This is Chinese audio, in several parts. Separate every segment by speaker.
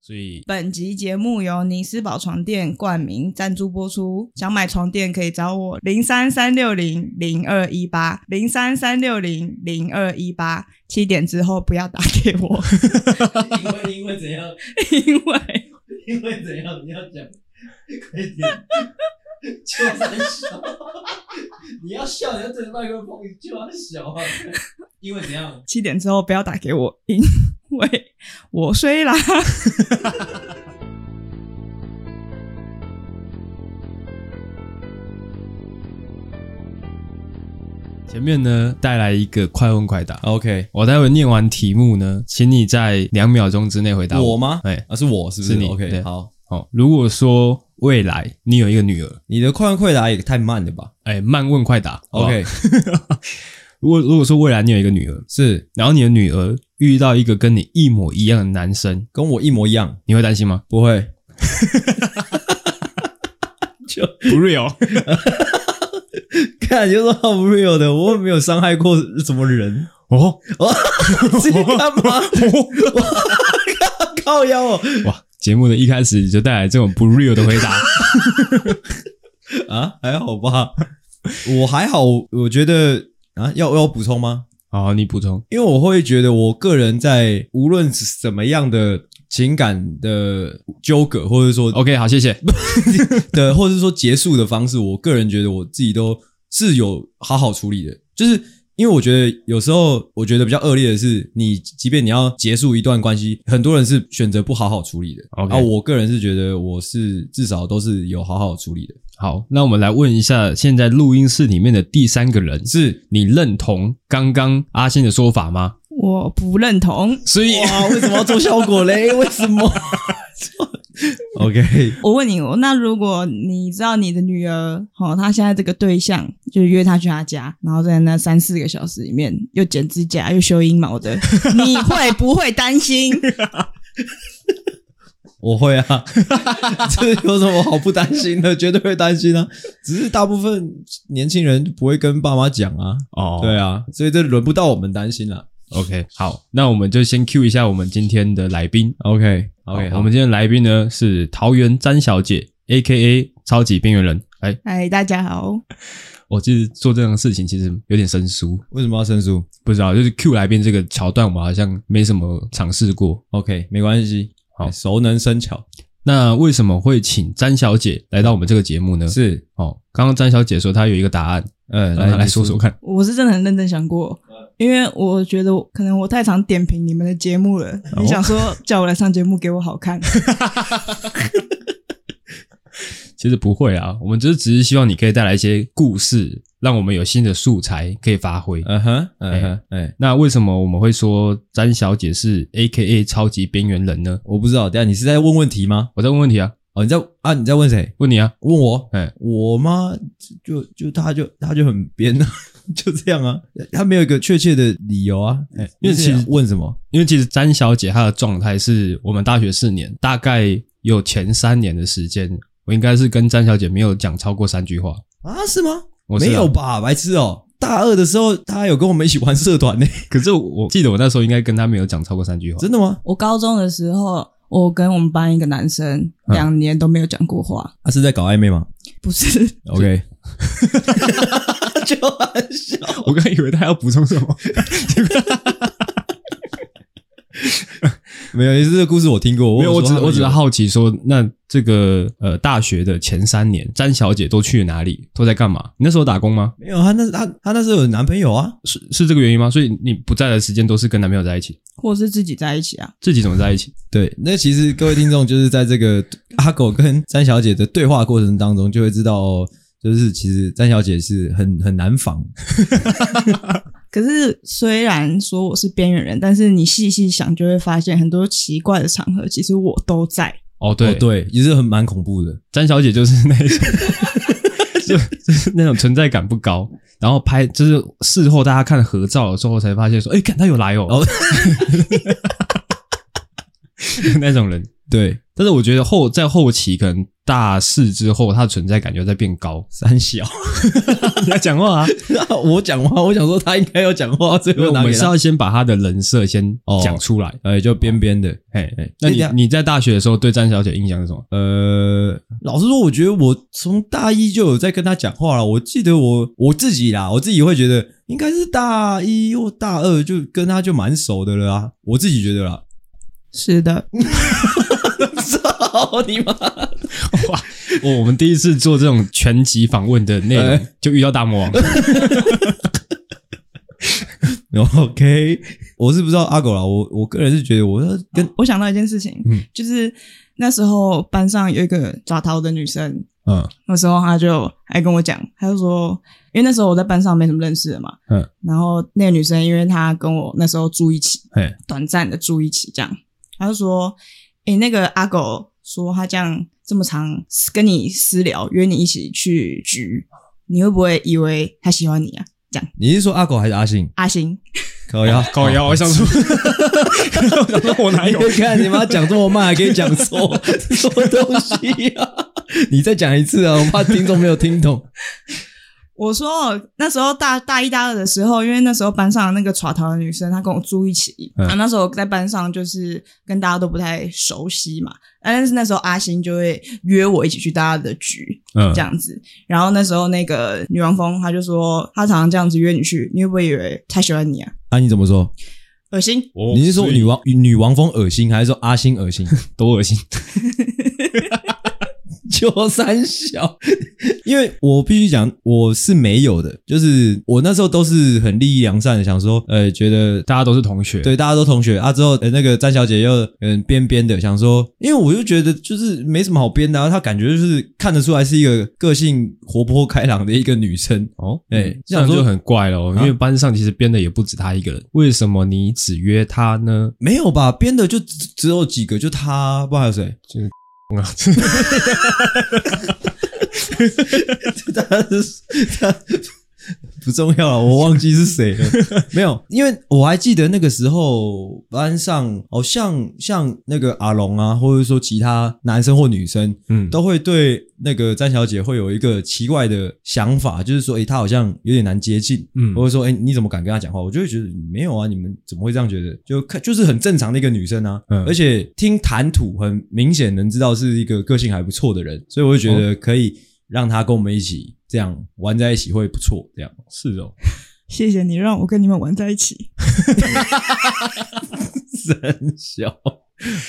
Speaker 1: 所以
Speaker 2: 本集节目由尼斯堡床垫冠名赞助播出。想买床垫可以找我零三三六零零二一八零三三六零零二一八。七点之后不要打给我，
Speaker 3: 因为因为怎样？
Speaker 2: 因为
Speaker 3: 因为怎样？你要讲，快点，就在笑。你要笑，你要对着麦克风，你就要笑啊。因为怎样？
Speaker 2: 七点之后不要打给我，因为我睡啦。
Speaker 1: 前面呢带来一个快问快答。OK，我待会念完题目呢，请你在两秒钟之内回答
Speaker 3: 我
Speaker 1: 我。
Speaker 3: 吗？
Speaker 1: 哎
Speaker 3: 啊，是我，是不
Speaker 1: 是你对
Speaker 3: OK，好。
Speaker 1: 好、如果说未来你有一个女儿，
Speaker 3: 你的快问快答也太慢了吧
Speaker 1: 哎，慢问快答。好不好
Speaker 3: ？OK，
Speaker 1: 如果如果说未来你有一个女儿，是，然后你的女儿遇到一个跟你一模一样的男生，
Speaker 3: 跟我一模一样，
Speaker 1: 你会担心吗？
Speaker 3: 不会。
Speaker 1: 不 real，
Speaker 3: 看，就是好不 real 的，我又没有伤害过什么人。
Speaker 1: 哦，
Speaker 3: 自己干嘛？靠腰哦
Speaker 1: 哇！节目的一开始就带来这种不 real 的回答，
Speaker 3: 啊，还好吧？我还好，我觉得啊，要要补充吗？
Speaker 1: 好，你补充。
Speaker 3: 因为我会觉得，我个人在无论是什么样的情感的纠葛，或者说
Speaker 1: OK，好，谢谢。
Speaker 3: 的，或者是说结束的方式，我个人觉得我自己都是有好好处理的，就是。因为我觉得有时候，我觉得比较恶劣的是，你即便你要结束一段关系，很多人是选择不好好处理的。
Speaker 1: OK
Speaker 3: 啊，我个人是觉得我是至少都是有好好处理的。
Speaker 1: 好，那我们来问一下，现在录音室里面的第三个人，是你认同刚刚阿信的说法吗？
Speaker 2: 我不认同。
Speaker 1: 所以
Speaker 3: 哇，为什么要做效果嘞？为什么 ？OK，
Speaker 2: 我问你，哦那如果你知道你的女儿，哦，她现在这个对象，就约她去她家，然后在那三四个小时里面又剪指甲又修阴毛的，你会不会担心？
Speaker 3: 我会 啊，这有什么好不担心的？绝对会担心啊！只是大部分年轻人不会跟爸妈讲啊，
Speaker 1: 哦，
Speaker 3: 对啊，所以这轮不到我们担心了。
Speaker 1: ，OK，好，那我们就先 Q 一下我们今天的来宾。
Speaker 3: OK，OK，
Speaker 1: 我们今天的来宾呢是桃园詹小姐，A.K.A. 超级边缘人。哎，
Speaker 2: 嗨，大家好，
Speaker 1: 我其实做这样的事情其实有点生疏，
Speaker 3: 为什么要申诉
Speaker 1: 不知道就是 Q 来宾这个桥段，我好像没什么尝试过。
Speaker 3: ？OK，没关系，
Speaker 1: 好
Speaker 3: 熟能生巧。
Speaker 1: 那为什么会请詹小姐来到我们这个节目呢？
Speaker 3: 是，
Speaker 1: 哦，刚刚詹小姐说她有一个答案，
Speaker 3: 嗯，
Speaker 1: 来来说说看。
Speaker 2: 我是真的很认真想过，因为我觉得我可能我太常点评你们的节目了，
Speaker 1: 哦
Speaker 2: 你想说叫我来上节目给我好看，
Speaker 1: 其实不会啊，我们只是只是希望你可以带来一些故事，让我们有新的素材可以发挥。
Speaker 3: 嗯哼，嗯哼，哎，
Speaker 1: 那为什么我们会说詹小姐是 A K A 超级边缘人呢？
Speaker 3: 我不知道，等一下你是在问问题吗？
Speaker 1: 我在问问题啊，
Speaker 3: 哦，你在啊？你在问谁？
Speaker 1: 问你啊，
Speaker 3: 问我，
Speaker 1: 哎
Speaker 3: 我妈就就她就她就很编啊， 就这样啊，她没有一个确切的理由啊，哎
Speaker 1: 因为其实
Speaker 3: 你是想问什么？
Speaker 1: 因为其实詹小姐她的状态是我们大学四年，大概有前三年的时间，我应该是跟詹小姐没有讲超过三句话。
Speaker 3: 啊？是吗？
Speaker 1: 我是啊
Speaker 3: 没有，吧，白痴哦！大二的时候，她有跟我们一起玩社 团呢，
Speaker 1: 可是我我记得我那时候应该跟她没有讲超过三句话。
Speaker 3: 真的吗？
Speaker 2: 我高中的时候。我跟我们班一个男生
Speaker 1: 嗯
Speaker 2: 两年都没有讲过话，
Speaker 3: 她是在搞暧昧吗
Speaker 2: 不是
Speaker 3: ？OK，就玩笑，
Speaker 1: 我刚以为她要补充什么，
Speaker 3: 没有，这个故事我听过，
Speaker 1: 没有，我只我只是
Speaker 3: 是
Speaker 1: 好奇说，那这个呃大学的前三年，詹小姐都去了哪里，都在干嘛？你那时候打工吗？
Speaker 3: 没有，她啊那她她那时候有男朋友啊，
Speaker 1: 是是这个原因吗？所以你不在的时间都是跟男朋友在一起，
Speaker 2: 或是自己在一起啊。
Speaker 1: 自己怎么在一起？
Speaker 3: 对，那其实各位听众就是在这个 阿狗跟詹小姐的对话过程当中，就会知道、哦，就是其实詹小姐是很很难防。
Speaker 2: 可是虽然说我是边缘人，但是你细细想就会发现，很多奇怪的场合其实我都在。
Speaker 1: 哦，对
Speaker 3: 哦、 对，也是很蛮恐怖的。
Speaker 1: 詹小姐就是那 一种就， 就是那种存在感不高，然后拍就是事后大家看合照的时候才发现说，哎，看她有来哦，
Speaker 3: 哦
Speaker 1: 那种人。
Speaker 3: 对，。
Speaker 1: 但是我觉得后在后期可能大四之后，它的存在感就在变高
Speaker 3: 三小，
Speaker 1: 你要讲话啊，
Speaker 3: 我讲话，我想说他应该要讲话，哦最
Speaker 1: 因为
Speaker 3: 后
Speaker 1: 我
Speaker 3: 拿
Speaker 1: 们
Speaker 3: 给
Speaker 1: 是
Speaker 3: 他，
Speaker 1: 要先把他的人设先
Speaker 3: 哦
Speaker 1: 讲出来。
Speaker 3: 哎，就边边的，
Speaker 1: 哎、
Speaker 3: 哎
Speaker 1: 那
Speaker 3: 这
Speaker 1: 你
Speaker 3: 样
Speaker 1: 你在大学的时候对詹小姐印象是什么？
Speaker 3: 呃，老实说，我觉得我从大一就有在跟他讲话了。我记得我我自己啦，我自己会觉得应该是大一或大二就跟他就蛮熟的了啊，我自己觉得啦。
Speaker 2: 是的，
Speaker 3: 操你妈！
Speaker 1: 哦我我们第一次做这种全集访问的内容
Speaker 3: 哎，
Speaker 1: 就遇到大魔王。
Speaker 3: OK，我是不知道阿狗啦，我我个人是觉得我要跟
Speaker 2: 我想到一件事情，
Speaker 1: 嗯
Speaker 2: 就是那时候班上有一个抓头的女生，
Speaker 1: 嗯，
Speaker 2: 那时候她就还跟我讲，她就说，因为那时候我在班上没什么认识的嘛，
Speaker 1: 嗯，
Speaker 2: 然后那个女生因为她跟我那时候住一起
Speaker 1: 嘿，
Speaker 2: 短暂的住一起这样，她就说，诶、那个阿狗说他这样这么长跟你私聊，约你一起去局，你会不会以为他喜欢你啊？
Speaker 3: 你是说阿狗还是阿信？啊
Speaker 2: 阿星，
Speaker 3: 烤鸭，
Speaker 1: 高腰，我想说，我想 说我哪
Speaker 3: 哎
Speaker 1: 有
Speaker 3: 呦，？看 你妈讲这么慢，还可以讲错，什么东西 啊？你再讲一次啊，我怕听众没有听懂。
Speaker 2: 我说哦那时候大大一大二的时候，因为那时候班上那个耍淘的女生，她跟我住一起，
Speaker 1: 嗯
Speaker 2: 啊，那时候在班上就是跟大家都不太熟悉嘛，啊但是那时候阿星就会约我一起去大家的局
Speaker 1: 嗯
Speaker 2: 这样子，然后那时候那个女王峰她就说，她常常这样子约你去，你会不会以为她喜欢你啊？
Speaker 3: 啊，你怎么说？
Speaker 2: 恶心，
Speaker 1: 哦
Speaker 3: 你是说
Speaker 1: 所以
Speaker 3: 女王女王风恶心，还是说阿星 恶心？
Speaker 1: 多恶心？
Speaker 3: 九三小，因为我必须讲，我是没有的，就是我那时候都是很利益良善的，想说，呃，觉得
Speaker 1: 大家都是同学，
Speaker 3: 对，大家都同学啊。之后、呃、那个詹小姐又嗯编编的，想说，因为我就觉得就是没什么好编的、啊，她感觉就是看得出来是一个个性活泼开朗的一个女生。
Speaker 1: 哦，
Speaker 3: 哎
Speaker 1: 嗯这样就很怪了哦，因
Speaker 3: 啊
Speaker 1: 为班上其实编的也不止他一个人，为什么你只约他呢？
Speaker 3: 没有吧？编的就只只有几个，就她，不知道还有谁。 他是他不重要了，我忘记是谁了。没有，因为我还记得那个时候班上好像像那个阿龙啊，或者说其他男生或女生，
Speaker 1: 嗯，
Speaker 3: 都会对那个詹小姐会有一个奇怪的想法，就是说，诶、她好像有点难接近，
Speaker 1: 嗯
Speaker 3: 或者说，诶、哎你怎么敢跟她讲话？我就会觉得没有啊，你们怎么会这样觉得？就看就是很正常的一个女生啊，
Speaker 1: 嗯
Speaker 3: 而且听谈吐很明显能知道是一个个性还不错的人，所以我就觉
Speaker 1: 哦
Speaker 3: 得可以让她跟我们一起这样玩在一起会不错，这样。
Speaker 1: 是哦，
Speaker 2: 谢谢你让我跟你们玩在一起，
Speaker 3: 真小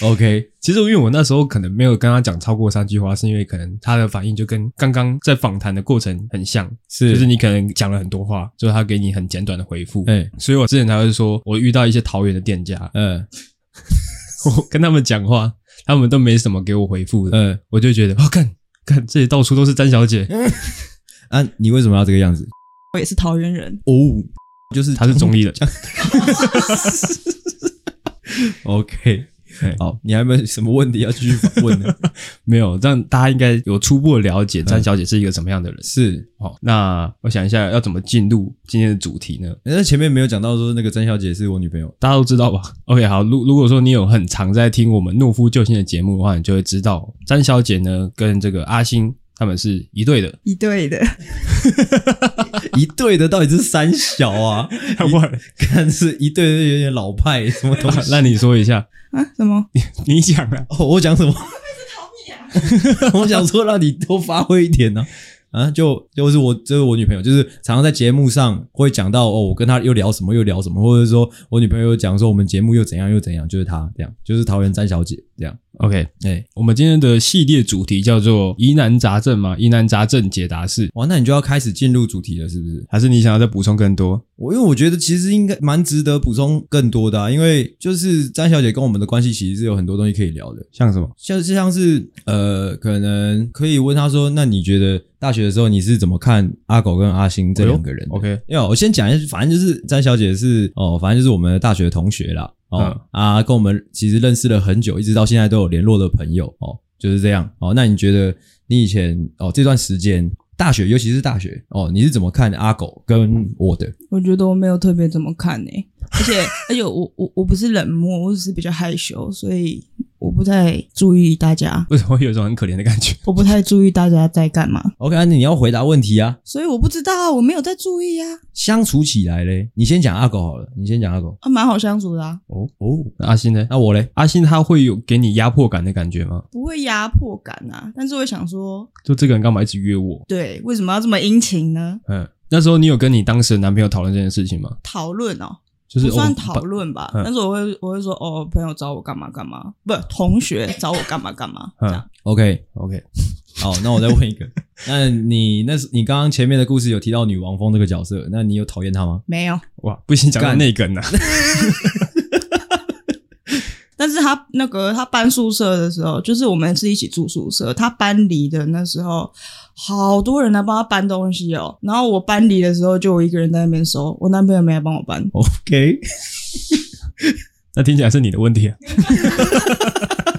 Speaker 3: ，OK，
Speaker 1: 其实因为我那时候可能没有跟他讲超过三句话，是因为可能他的反应就跟刚刚在访谈的过程很像，
Speaker 3: 是
Speaker 1: 就是你可能讲了很多话，就是他给你很简短的回复。
Speaker 3: 哎、
Speaker 1: 所以我之前才会说，我遇到一些桃园的店家，
Speaker 3: 嗯
Speaker 1: 我跟他们讲话，他们都没什么给我回复的，
Speaker 3: 嗯，
Speaker 1: 我就觉得，哦，看看这里到处都是詹小姐，
Speaker 3: 啊，你为什么要这个样子？
Speaker 2: 我也是桃园人，
Speaker 3: 哦，就是
Speaker 1: 她是中立的，
Speaker 3: OK，
Speaker 1: 哎
Speaker 3: 好，你还有没有什么问题要继续反问呢？
Speaker 1: 没有，但哦大家应该有初步的了解詹小姐是一个什么样的人。
Speaker 3: 是，
Speaker 1: 好、那我想一下要怎么进入今天的主题呢？
Speaker 3: 那前面没有讲到说那个曾小姐是我女朋友，
Speaker 1: 大家都知道吧？OK，好，如如果说你有很常在听我们《怒夫救星》的节目的话，你就会知道詹小姐呢跟这个阿星他们是一对的，
Speaker 2: 一对的，
Speaker 3: 一对的到底是三小啊？ 看是一对的有点老派什么东 西？
Speaker 1: 那你说一下，
Speaker 2: 啊，什么？
Speaker 1: 你讲啊，
Speaker 3: 哦，我讲什么？ 我想说让你多发挥一点呢、啊。就就是我，就是我女朋友，就是常常在节目上会讲到哦，我跟她又聊什么又聊什么，或者说我女朋友又讲说我们节目又怎样又怎样，就是她这样，就是桃园詹小姐这样。
Speaker 1: OK，
Speaker 3: 哎、
Speaker 1: 我们今天的系列主题叫做疑难杂症嘛，疑难杂症解答室，
Speaker 3: 哇，那你就要开始进入主题了，是不是？
Speaker 1: 还是你想要再补充更多？
Speaker 3: 我因为我觉得其实应该蛮值得补充更多的、啊，因为就是詹小姐跟我们的关系其实是有很多东西可以聊的，
Speaker 1: 像什么？
Speaker 3: 像就像是呃，可能可以问她说，那你觉得大学的时候你是怎么看阿狗跟阿星
Speaker 1: 哎
Speaker 3: 这两个人的、
Speaker 1: OK，
Speaker 3: 因为我先讲一下，反正就是詹小姐是哦，反正就是我们的大学同学啦，哦、
Speaker 1: 嗯
Speaker 3: 啊，跟我们其实认识了很久，一直到现在都有联络的朋友哦，就是这样哦。那你觉得你以前哦这段时间大学，尤其是大学哦，你是怎么看阿狗跟我的？
Speaker 2: 我觉得我没有特别怎么看诶、欸而且而且我我我不是冷漠，我只是比较害羞，所以我不太注意大家，
Speaker 1: 为什么会有一种很可怜的感觉？
Speaker 2: 我不太注意大家在干嘛，
Speaker 3: OK，安妮，你要回答问题啊。
Speaker 2: 所以我不知道，我没有在注意啊，
Speaker 3: 相处起来嘞，你先讲阿狗好了，你先讲阿狗。
Speaker 2: 啊，蛮好相处的啊，
Speaker 3: 哦哦，
Speaker 1: 那阿信呢？
Speaker 3: 那我嘞？
Speaker 1: 阿信他会有给你压迫感的感觉吗？
Speaker 2: 不会压迫感啊，但是会想说，
Speaker 1: 就这个人干嘛一直约我？
Speaker 2: 对，为什么要这么殷勤呢？
Speaker 1: 嗯，那时候你有跟你当时的男朋友讨论这件事情吗？
Speaker 2: 讨论哦，
Speaker 1: 就是
Speaker 2: 不算
Speaker 1: 哦
Speaker 2: 讨论吧，
Speaker 1: 嗯
Speaker 2: 但是我会我会说，哦，朋友找我干嘛干嘛，不，同学找我干嘛干嘛，这样。
Speaker 3: OK，
Speaker 1: ，OK，
Speaker 3: 好，那我再问 一个。那你那是你刚刚前面的故事有提到女王蜂这个角色，那你有讨厌她吗？
Speaker 2: 没有，
Speaker 1: 哇，不行，讲到
Speaker 3: 干
Speaker 1: 内梗啊了、
Speaker 2: 但是他那个他搬宿舍的时候，就是我们是一起住宿舍，他搬离的那时候，好多人来帮他搬东西哦。然后我搬离的时候，就我一个人在那边收，我男朋友没来帮我搬。
Speaker 3: OK，
Speaker 1: 那听起来是你的问题啊。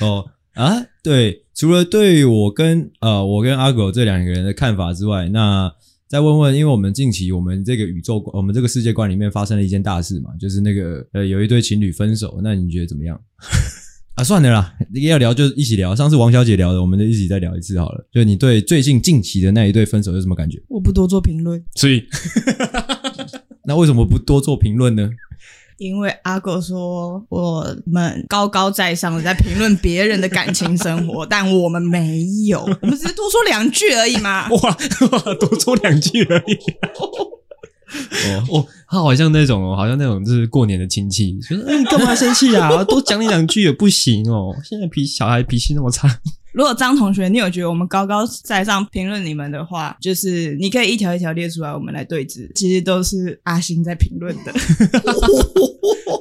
Speaker 3: 哦啊，对，除了对我跟呃我跟阿狗这两个人的看法之外，那再问问，因为我们近期我们这个宇宙观，我们这个世界观里面发生了一件大事嘛，就是那个呃有一对情侣分手，那你觉得怎么样？ 啊，算了啦，要聊就一起聊。上次王小姐聊的，我们就一起再聊一次好了。就你对最近近期的那一对分手有什么感觉？
Speaker 2: 我不多做评论，
Speaker 1: 所以
Speaker 3: 那为什么不多做评论呢？
Speaker 2: 因为阿狗说我们高高在上的在评论别人的感情生活，但我们没有，我们只是多说两句而已嘛。
Speaker 1: 哇哇， 多说两句而已。
Speaker 3: 哦，
Speaker 1: 哦，他好像那种哦，好像那种就是过年的亲戚，就是、哎你干嘛生气啊？ 多讲你两句也不行哦。现在脾小孩脾气那么差，
Speaker 2: 如果张同学你有觉得我们高高在上评论你们的话，就是你可以一条一条列出来，我们来对峙。其实都是阿星在评论的，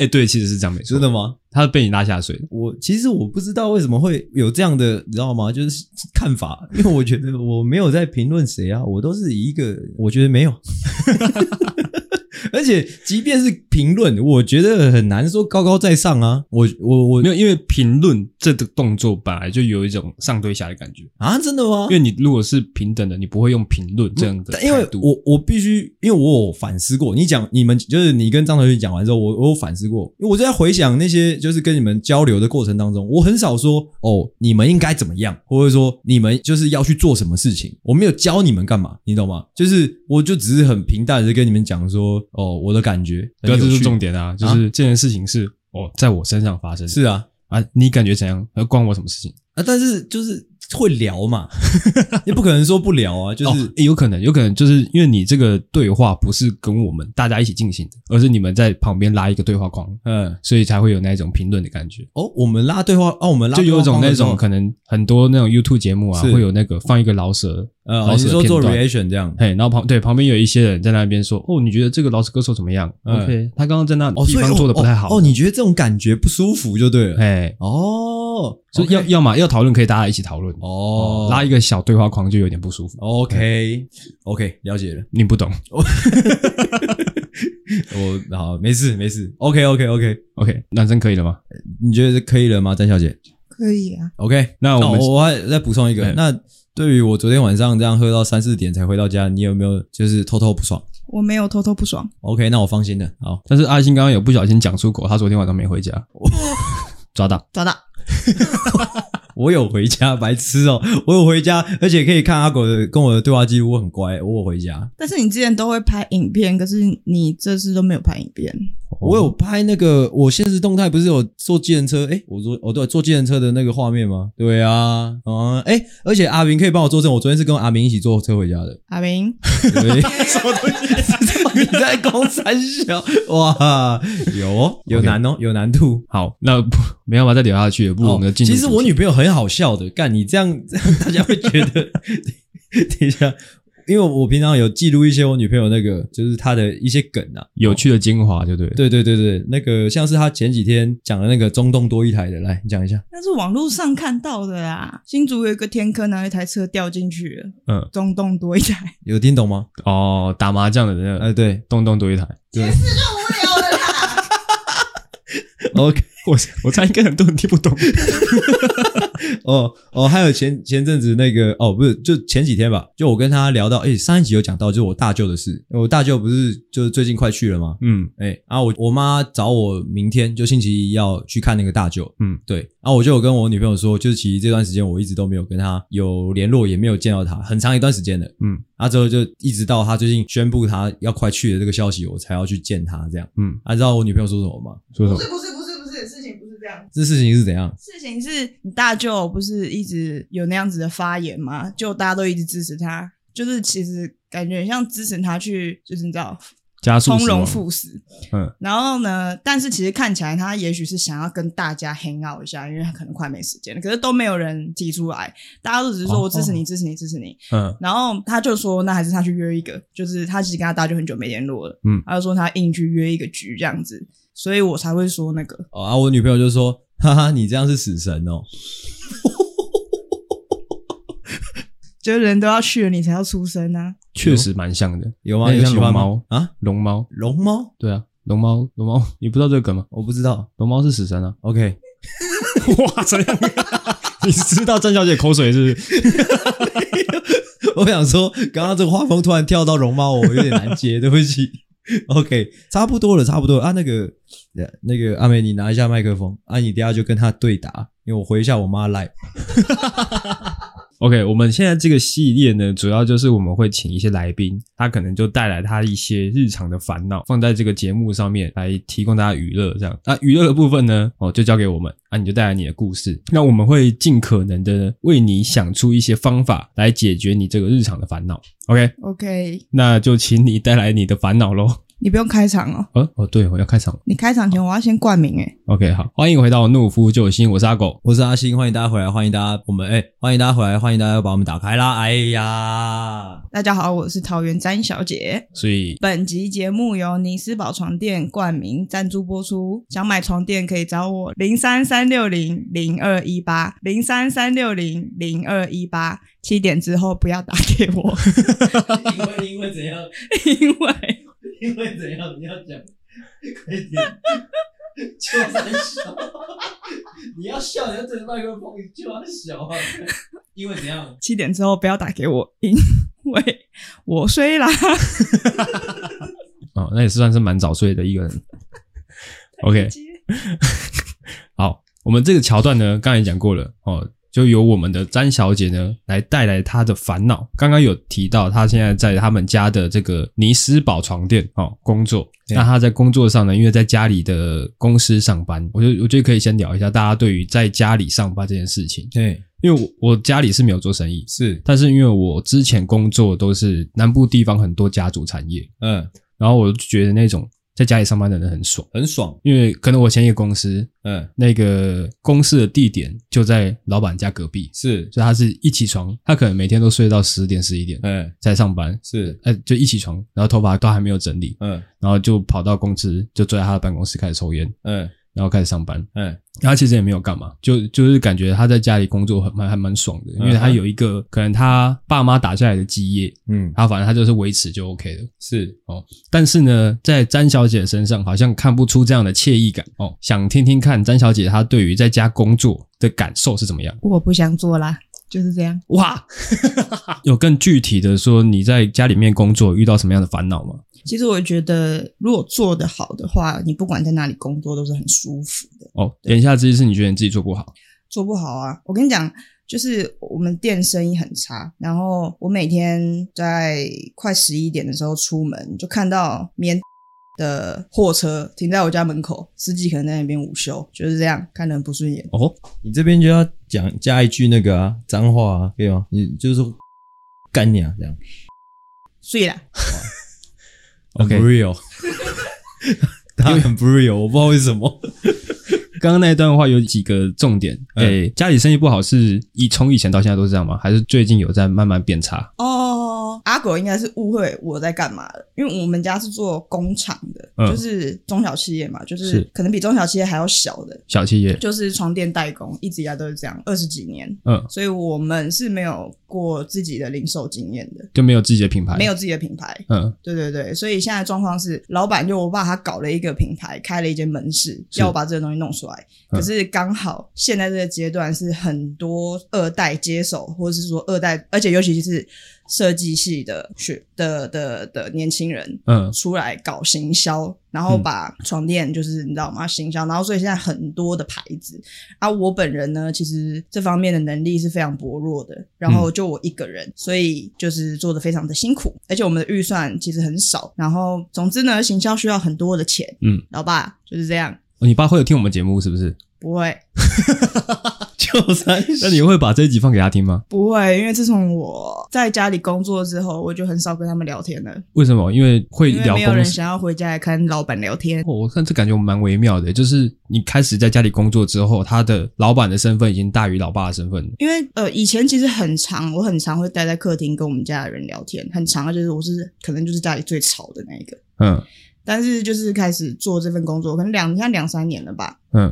Speaker 1: 哎、对，其实是这样没错
Speaker 3: 真的吗？
Speaker 1: 他是被你拉下水的。
Speaker 3: 我其实我不知道为什么会有这样的，你知道吗？就是看法，因为我觉得我没有在评论谁啊，我都是以一个我觉得没有， 而且即便是评论，我觉得很难说高高在上啊。我我我
Speaker 1: 没有，因为评论这个动作本来就有一种上对下的感觉，
Speaker 3: 啊，真的吗
Speaker 1: 因？为你如果是平等的，你不会用评论这样的
Speaker 3: 但因为
Speaker 1: 态度
Speaker 3: 我我必须，因为我有反思过。你讲你们就是你跟张同学讲完之后，我我有反思过，因为我在回想那些就是跟你们交流的过程当中，我很少说哦，你们应该怎么样，或者说你们就是要去做什么事情，我没有教你们干嘛，你懂吗？就是我就只是很平淡的跟你们讲说哦，我的感觉，
Speaker 1: 对啊，这
Speaker 3: 很有
Speaker 1: 是
Speaker 3: 趣
Speaker 1: 重点啊，就是这件事情是哦，在我身上发生的
Speaker 3: 是啊
Speaker 1: 啊，你感觉怎样？呃，关我什么事情？
Speaker 3: 啊，但是就是会聊嘛， 你不可能说不聊啊，就是、
Speaker 1: 哦诶有可能，有可能就是因为你这个对话不是跟我们大家一起进行的，而是你们在旁边拉一个对话框，
Speaker 3: 嗯。
Speaker 1: 所以才会有那种评论的感觉。
Speaker 3: 哦，我们拉对话哦，我们拉
Speaker 1: 就
Speaker 3: 对
Speaker 1: 有
Speaker 3: 话
Speaker 1: 一种
Speaker 3: 框
Speaker 1: 那
Speaker 3: 的时候
Speaker 1: 种可能很多那种 YouTube 节目啊，
Speaker 3: 是
Speaker 1: 会有那个放一个老舍，
Speaker 3: 呃，
Speaker 1: 老
Speaker 3: 你
Speaker 1: 舍
Speaker 3: 说
Speaker 1: 片
Speaker 3: 做
Speaker 1: 段
Speaker 3: reaction 这样，
Speaker 1: 嘿，然后旁对旁边有一些人在那边说，哦，你觉得这个老舍歌手怎么样、
Speaker 3: 嗯
Speaker 1: o k 他刚刚在那
Speaker 3: 哦，
Speaker 1: 地
Speaker 3: 所以
Speaker 1: 方
Speaker 3: 哦
Speaker 1: 做的不太好
Speaker 3: 哦哦你觉得这种感觉不舒服就对了。
Speaker 1: 哎，
Speaker 3: 哦，
Speaker 1: 所以
Speaker 3: OK
Speaker 1: 要要么要讨论，可以大家一起讨论。
Speaker 3: 哦
Speaker 1: 拉一个小对话框就有点不舒服。
Speaker 3: OK OK 了解了。
Speaker 1: 你不懂
Speaker 3: 我好没事没事。OK OK OK，
Speaker 1: ，OK，男生可以了吗？
Speaker 3: 你觉得可以了吗，詹小姐
Speaker 2: 可以啊，
Speaker 3: ？OK，
Speaker 1: 那我们
Speaker 3: 哦我还再补充一个。
Speaker 1: 嗯
Speaker 3: 那对于我昨天晚上这样喝到三四点才回到家，你有没有就是偷偷不爽
Speaker 2: 我没有偷偷不爽，
Speaker 3: ？OK，那我放心了。好，
Speaker 1: 但是阿星刚刚有不小心讲出口，他昨天晚上没回 家，抓到。
Speaker 2: 抓到
Speaker 3: 我有回家，白痴哦，我有回家，而且可以看阿狗的跟我的对话记录，我很乖，我有回家。
Speaker 2: 但是你之前都会拍影片，可是你这次都没有拍影片，
Speaker 3: 我有拍那个，我现实动态不是有坐计程车？诶、我坐哦对，坐计程车的那个画面吗？对啊，嗯，诶、而且阿明可以帮我作证，我昨天是跟阿明一起坐车回家的。
Speaker 2: 阿明，
Speaker 3: 对什么东西？ 你在公三小？哇，有哦，有
Speaker 1: OK
Speaker 3: 难哦，有难度。
Speaker 1: 好，那不没办法再聊下去了，不如我们
Speaker 3: 哦
Speaker 1: 就进入
Speaker 3: 其
Speaker 1: 主题、
Speaker 3: 实我女朋友很好笑的，干你这样， 这样大家会觉得。 等一下，因为我平常有记录一些我女朋友那个，就是她的一些梗啊，
Speaker 1: 有趣的精华，对不对？，
Speaker 3: 对对对对，那个像是他前几天讲的那个中东多一台的，来你讲一下。
Speaker 2: 那是网络上看到的啦。新竹有一个天坑，然后一台车掉进去了，
Speaker 1: 嗯，
Speaker 2: 中洞多一台，
Speaker 3: 有听懂吗？
Speaker 1: 哦，打麻将的那个，
Speaker 3: 呃，对
Speaker 1: 东东多一台。
Speaker 3: 对，OK，
Speaker 1: 我我猜应该很多人听不懂。
Speaker 3: 哦哦，还有前前阵子那个哦，不是，就前几天吧，就我跟他聊到，哎、上一集有讲到，就是我大舅的事，我大舅不是就是最近快去了吗？
Speaker 1: 嗯，
Speaker 3: 哎、啊，我我妈找我明天就星期一要去看那个大舅，
Speaker 1: 嗯，
Speaker 3: 对，然、后我就有跟我女朋友说，就是其实这段时间我一直都没有跟她有联络，也没有见到她，很长一段时间了，
Speaker 1: 嗯，
Speaker 3: 啊之后就一直到她最近宣布她要快去的这个消息，我才要去见她，这样，
Speaker 1: 嗯，
Speaker 3: 啊，知道我女朋友说什么吗？
Speaker 1: 说什
Speaker 2: 不
Speaker 1: 么
Speaker 2: 是？不是不是不是， 事情不是这样。
Speaker 3: 这事情是怎样？
Speaker 2: 事情是你大舅不是一直有那样子的发言吗？就大家都一直支持他，就是其实感觉很像支持他去，就是你知道
Speaker 1: 加速
Speaker 2: 从
Speaker 1: 死
Speaker 2: 容
Speaker 1: 亡
Speaker 2: 赴死。
Speaker 1: 嗯，
Speaker 2: 然后呢，但是其实看起来他也许是想要跟大家 hang out 一下，因为他可能快没时间了，可是都没有人提出来，大家都只是说
Speaker 1: 哦
Speaker 2: 我支持你，支持你，支持你。
Speaker 1: 嗯
Speaker 2: 然后他就说，那还是他去约一个，就是他其实跟他大舅很久没联络了，
Speaker 1: 嗯
Speaker 2: 他就说他硬去约一个局这样子，所以我才会说那个，
Speaker 3: 哦，啊，我女朋友就说，哈哈，你这样是死神哦，
Speaker 2: 就是人都要去了，你才要出生啊。
Speaker 1: 确实蛮像的。
Speaker 3: 有吗？
Speaker 1: 那
Speaker 3: 有
Speaker 1: 像
Speaker 3: 喜欢
Speaker 1: 龙
Speaker 3: 吗
Speaker 1: 猫？
Speaker 3: 啊？
Speaker 1: 龙猫，
Speaker 3: 龙猫？
Speaker 1: 对 啊，龙猫，龙猫，你不知道这个梗吗？
Speaker 3: 我不知道。
Speaker 1: 龙猫是死神啊！
Speaker 3: OK，
Speaker 1: 哇，这样，你知道郑小姐口水是不是？
Speaker 3: 我想说，刚刚这个画风突然跳到龙猫，我有点难接，对不起。OK，差不多了，差不多了啊。那个，呃那个阿美，你拿一下麦克风啊，你等一下就跟他对答，因为我回一下我妈来。
Speaker 1: OK，我们现在这个系列呢，主要就是我们会请一些来宾，他可能就带来他一些日常的烦恼，放在这个节目上面来提供大家娱乐。这样，那啊娱乐的部分呢，哦，就交给我们啊，你就带来你的故事，那我们会尽可能的为你想出一些方法来解决你这个日常的烦恼。OK，
Speaker 2: OK，
Speaker 1: 那就请你带来你的烦恼喽。
Speaker 2: 你不用开场哦，
Speaker 1: 哦哦，对，我要开场了。
Speaker 2: 你开场前我要先冠名哎、
Speaker 1: OK，好，欢迎回到怒夫救星，我是阿狗。
Speaker 3: 我是阿星，欢迎大家回来，欢迎大家，我们哎、欢迎大家回来，欢迎大家把我们打开啦。哎呀，
Speaker 2: 大家好，我是桃园詹小姐。
Speaker 1: 所以
Speaker 2: 本集节目由尼斯堡床垫冠名赞助播出，想买床垫可以找我零三三六零零二一八零三三六零零二一八，七点之后不要打给我，
Speaker 3: 因为因为怎样？
Speaker 2: 因为。
Speaker 3: 因为怎样？你要讲，快点，就在笑。你要笑，你要对着麦克风，你就要笑啊。因为怎样？
Speaker 2: 七点之后不要打给我，因为我睡啦。
Speaker 1: 哦，那也算是蛮早睡的一个 人。OK，好，我们这个桥段呢，刚才也讲过了哦，就由我们的詹小姐呢来带来她的烦恼。刚刚有提到，她现在在他们家的这个尼斯堡床垫哦工作。
Speaker 3: 对
Speaker 1: 那她在工作上呢，因为在家里的公司上班，我就我觉得可以先聊一下大家对于在家里上班这件事情，
Speaker 3: 对，
Speaker 1: 因为我我家里是没有做生意，
Speaker 3: 是，
Speaker 1: 但是因为我之前工作都是南部地方很多家族产业，
Speaker 3: 嗯，
Speaker 1: 然后我就觉得那种在家里上班的人很爽，
Speaker 3: 很爽，
Speaker 1: 因为可能我前一个公司
Speaker 3: 嗯，
Speaker 1: 那个公司的地点就在老板家隔壁，
Speaker 3: 是，
Speaker 1: 所以他是一起床，他可能每天都睡到十点十一点
Speaker 3: 嗯，
Speaker 1: 才上班，
Speaker 3: 是，
Speaker 1: 呃，就一起床，然后头发都还没有整理，
Speaker 3: 嗯，
Speaker 1: 然后就跑到公司，就坐在他的办公室开始抽烟，
Speaker 3: 嗯，
Speaker 1: 然后开始上班。
Speaker 3: 嗯，
Speaker 1: 他其实也没有干嘛，就就是感觉他在家里工作很蛮还蛮爽的，因为他有一个可能他爸妈打下来的基业，
Speaker 3: 嗯，
Speaker 1: 他反正他就是维持就 OK 了。哦
Speaker 3: 是，
Speaker 1: 但是呢，在詹小姐身上好像看不出这样的惬意感哦。想听听看詹小姐她对于在家工作的感受是怎么样？
Speaker 2: 我不想做啦，就是这样。
Speaker 1: 哇，有更具体的说你在家里面工作遇到什么样的烦恼吗？
Speaker 2: 其实我觉得，如果做得好的话，你不管在哪里工作都是很舒服的。
Speaker 1: 哦，言下之意是你觉得你自己做不好，
Speaker 2: 做不好啊，我跟你讲，就是我们店生意很差，然后我每天在快十一点的时候出门，就看到棉的货车停在我家门口，司机可能在那边午休，就是这样，看得很不顺眼。
Speaker 1: 哦
Speaker 3: 你这边就要讲加一句那个啊，脏话啊，可以吗？你就是说干你啊，这样
Speaker 2: 所以啦，
Speaker 3: 很
Speaker 1: OK
Speaker 3: 不 real，他很不 real，我不知道为什么。
Speaker 1: 刚刚那一段话有几个重点，
Speaker 3: 嗯
Speaker 1: 诶、家里生意不好是以从以前到现在都是这样吗？还是最近有在慢慢变差？
Speaker 2: 哦，阿狗应该是误会我在干嘛了，因为我们家是做工厂的，
Speaker 1: 嗯
Speaker 2: 就是中小企业嘛，就是
Speaker 1: 是
Speaker 2: 可能比中小企业还要小的，
Speaker 1: 小企业，
Speaker 2: 就是床垫代工，一直以来都是这样，二十几年，
Speaker 1: 嗯，
Speaker 2: 所以我们是没有过自己的零售经验的，
Speaker 1: 就没有自己的品牌，
Speaker 2: 没，有自己的品牌。
Speaker 1: 嗯，
Speaker 2: 对对对，所以现在状况是，老板就我爸他搞了一个品牌，开了一间门市，
Speaker 1: 是
Speaker 2: 要我把这个东西弄出来。
Speaker 1: 嗯
Speaker 2: 可是刚好现在这个阶段是很多二代接手，或者是说二代，而且尤其是设计系的学的的的年轻人，
Speaker 1: 嗯，
Speaker 2: 出来搞行销，然后把床垫就是你知道吗？行销，然后所以现在很多的牌子啊，我本人呢，其实这方面的能力是非常薄弱的，然后就我一个人，所以就是做的非常的辛苦，而且我们的预算其实很少，然后总之呢，行销需要很多的钱，
Speaker 1: 嗯，
Speaker 2: 老爸就是这样，
Speaker 1: 哦你爸会有听我们节目是不是？
Speaker 2: 不会
Speaker 3: 就三
Speaker 1: 那你会把这一集放给他听吗？
Speaker 2: 不会，因为自从我在家里工作之后，我就很少跟他们聊天了，
Speaker 1: 为什么？因为会
Speaker 2: 因为
Speaker 1: 聊
Speaker 2: 没有
Speaker 1: 公
Speaker 2: 人
Speaker 1: 司。
Speaker 2: 想要回家来跟老板聊天，
Speaker 1: 哦我看这感觉蛮微妙的，就是你开始在家里工作之后，他的老板的身份已经大于老爸的身份了。
Speaker 2: 因为呃，以前其实很长，我很常会待在客厅跟我们家的人聊天，很长，啊就是我是可能就是家里最吵的那一个。
Speaker 1: 嗯
Speaker 2: 但是就是开始做这份工作，可能两现在两三年了吧。
Speaker 1: 嗯，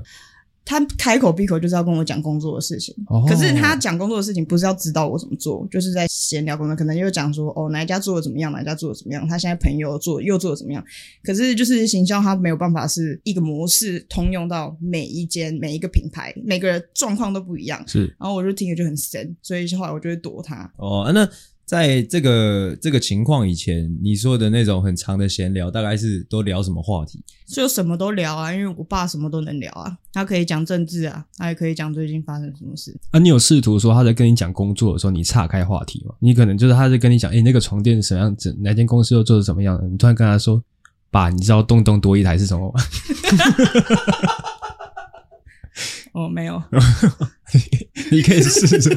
Speaker 2: 他开口闭口就是要跟我讲工作的事情，
Speaker 1: 哦
Speaker 2: 可是他讲工作的事情不是要指导我怎么做，就是在闲聊工作，可能又讲说哦哪一家做的怎么样，哪一家做的怎么样，他现在朋友做又做的怎么样。可是就是行销，它没有办法是一个模式通用到每一间每一个品牌，每个状况都不一样。
Speaker 1: 是
Speaker 2: 然后我就听着就很神，所以后来我就会躲他。
Speaker 3: 哦，啊那在这个这个情况以前，你说的那种很长的闲聊，大概是都聊什么话题？
Speaker 2: 就什么都聊啊，因为我爸什么都能聊啊，他可以讲政治啊，他也可以讲最近发生什么事。
Speaker 1: 啊，你有试图说他在跟你讲工作的时候，你岔开话题吗？你可能就是他在跟你讲，哎、那个床垫是什么样子，哪间公司又做的怎么样的，你突然跟他说，爸，你知道洞洞多一台是什么吗？
Speaker 2: 哦，没有，
Speaker 1: 你可以试着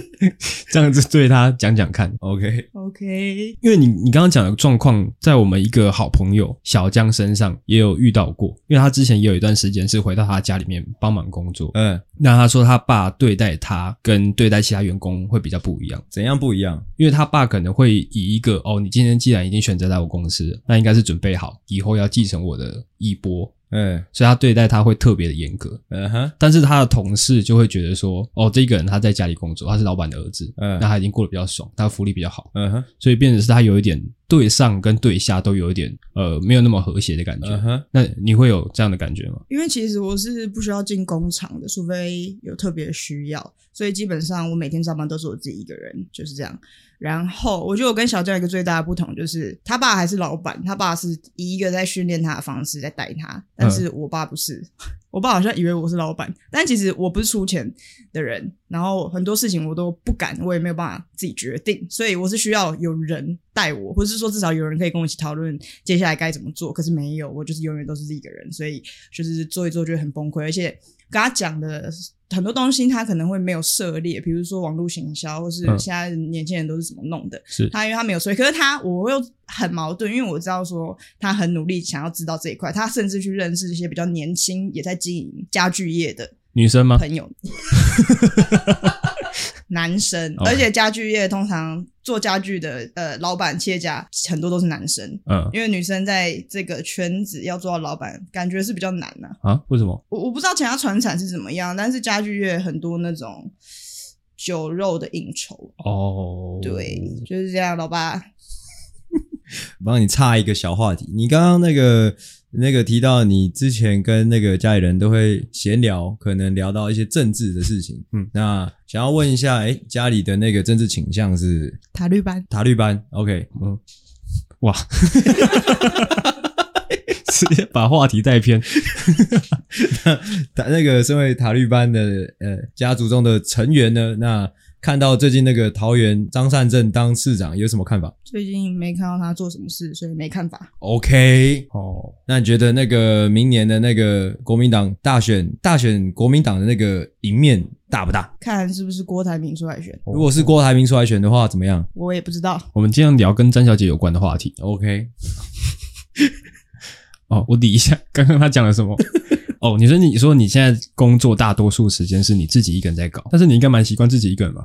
Speaker 1: 这样子对他讲讲看。
Speaker 3: OK，
Speaker 2: OK，
Speaker 1: 因为你你刚刚讲的状况，在我们一个好朋友小江身上也有遇到过，因为他之前也有一段时间是回到他家里面帮忙工作。
Speaker 3: 嗯，
Speaker 1: 那他说他爸对待他跟对待其他员工会比较不一样，
Speaker 3: 怎样不一样？
Speaker 1: 因为他爸可能会以一个哦，你今天既然已经选择来我公司了，那应该是准备好以后要继承我的衣钵，
Speaker 3: 嗯
Speaker 1: 所以他对待他会特别的严格。
Speaker 3: 嗯哼，
Speaker 1: 但是他的同事就会觉得说，哦，这个人他在家里工作，他是老板的儿子，
Speaker 3: 嗯
Speaker 1: 那他已经过得比较爽，他福利比较好，
Speaker 3: 嗯哼，
Speaker 1: 所以变成是他有一点对上跟对下都有一点呃没有那么和谐的感觉。
Speaker 3: 嗯哼，
Speaker 1: 那你会有这样的感觉吗？
Speaker 2: 因为其实我是不需要进工厂的，除非有特别需要，所以基本上我每天上班都是我自己一个人，就是这样。然后我觉得我跟小江有一个最大的不同就是，他爸还是老板，他爸是以一个在训练他的方式在带他，但是我爸不是， 我爸好像以为我是老板，但其实我不是出钱的人，然后很多事情我都不敢，我也没有办法自己决定，所以我是需要有人带我，或是说至少有人可以跟我一起讨论接下来该怎么做。可是没有，我就是永远都是一个人，所以就是做一做就会很崩溃，而且跟他讲的很多东西他可能会没有涉猎，比如说网络行销，或是
Speaker 1: 嗯
Speaker 2: 现在年轻人都是怎么弄的，
Speaker 1: 是
Speaker 2: 他因为他没有所以，可是他我又很矛盾，因为我知道说他很努力想要知道这一块，他甚至去认识一些比较年轻也在经营家具业的
Speaker 1: 女生吗？
Speaker 2: 朋友，男生，
Speaker 1: OK
Speaker 2: 而且家具业通常做家具的呃老板、企业家很多都是男生，
Speaker 1: 嗯
Speaker 2: 因为女生在这个圈子要做到老板，感觉是比较难呐、
Speaker 1: 啊，为什么？
Speaker 2: 我我不知道其他船产是怎么样，但是家具业很多那种酒肉的应酬，
Speaker 1: 哦，
Speaker 2: 对，就是这样，老爸。
Speaker 3: 帮你插一个小话题。你刚刚那个那个提到，你之前跟那个家里人都会闲聊，可能聊到一些政治的事情。
Speaker 1: 嗯，
Speaker 3: 那想要问一下，哎，家里的那个政治倾向是
Speaker 2: 塔绿班，
Speaker 3: 塔利班？OK，
Speaker 1: 嗯， 哇，直接把话题带偏。
Speaker 3: 塔 那个身为塔利班的呃家族中的成员呢，那看到最近那个桃园张善政当市长有什么看法
Speaker 2: 最近没看到他做什么事，所以没看法。
Speaker 3: ？OK，
Speaker 1: 哦，
Speaker 3: 那你觉得那个明年的那个国民党大选，大选国民党的那个赢面大不大？
Speaker 2: 看是不是郭台铭出来选，
Speaker 1: 哦
Speaker 3: 如果是郭台铭出来选的话，怎么样
Speaker 2: 我也不知道。
Speaker 1: 我们今天聊跟詹小姐有关的话题。
Speaker 3: ？OK，
Speaker 1: 哦，我理一下，刚刚她讲了什么？哦，你说你说你现在工作大多数时间是你自己一个人在搞，但是你应该蛮习惯自己一个人 吧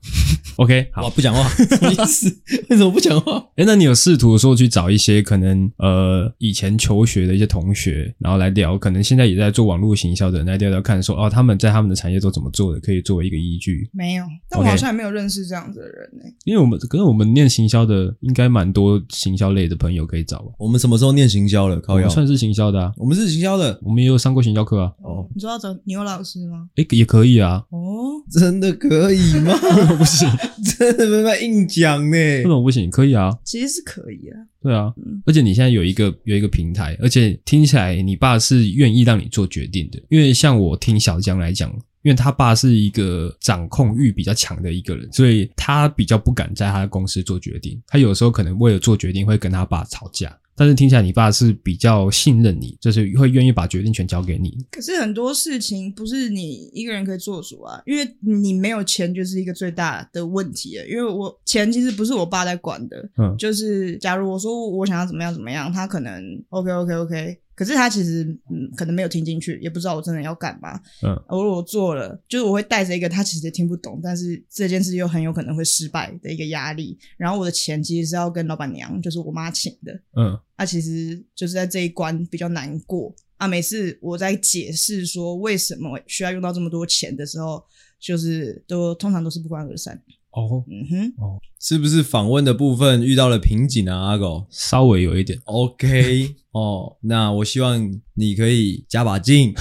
Speaker 1: ？OK，好
Speaker 3: 哇，，不讲话，什么意思？为什么不讲话？
Speaker 1: 哎，那你有试图说去找一些可能呃以前求学的一些同学，然后来聊，可能现在也在做网络行销的人来聊聊看说，哦他们在他们的产业都怎么做的，可以作为一个依据。
Speaker 2: 没有，但我
Speaker 1: OK
Speaker 2: 好像也没有认识这样子的人呢、欸
Speaker 1: 因为我们可能我们念行销的，应该蛮多行销类的朋友可以找吧。
Speaker 3: 我们什么时候念行销了？
Speaker 1: 我
Speaker 3: 靠
Speaker 1: 们
Speaker 3: 腰，
Speaker 1: 算是行销的啊，
Speaker 3: 我们是行销的，
Speaker 1: 我们也有上过行销课啊，
Speaker 3: 哦，
Speaker 2: 你说要找牛老师吗？
Speaker 1: 诶，也可以啊，
Speaker 2: 哦，
Speaker 3: 真的可以 吗？不是， 真的没办法硬讲呢。
Speaker 1: 为什么不行？可以啊，
Speaker 2: 其实是可以啊。
Speaker 1: 对啊
Speaker 2: 嗯，
Speaker 1: 而且你现在有一个有一个平台，而且听起来你爸是愿意让你做决定的，因为像我听小江来讲，因为他爸是一个掌控欲比较强的一个人，所以他比较不敢在他的公司做决定，他有时候可能为了做决定会跟他爸吵架。但是听起来你爸是比较信任你，就是会愿意把决定权交给你。
Speaker 2: 可是很多事情不是你一个人可以做主啊，因为你没有钱就是一个最大的问题了。因为我钱其实不是我爸在管的，
Speaker 1: 嗯
Speaker 2: 就是假如我说我想要怎么样怎么样，他可能 OK OK OK，可是他其实嗯可能没有听进去，也不知道我真的要干嘛。
Speaker 1: 嗯，
Speaker 2: 而我做了，就是我会带着一个他其实听不懂，但是这件事又很有可能会失败的一个压力。然后我的钱其实是要跟老板娘，就是我妈请的，
Speaker 1: 嗯，
Speaker 2: 啊，其实就是在这一关比较难过啊。每次我在解释说为什么需要用到这么多钱的时候，就是都通常都是不欢而散。
Speaker 1: 哦，
Speaker 2: 嗯哼，
Speaker 3: 是不是访问的部分遇到了瓶颈啊，阿狗
Speaker 1: 稍微有一点。
Speaker 3: ？OK，哦，那我希望你可以加把劲。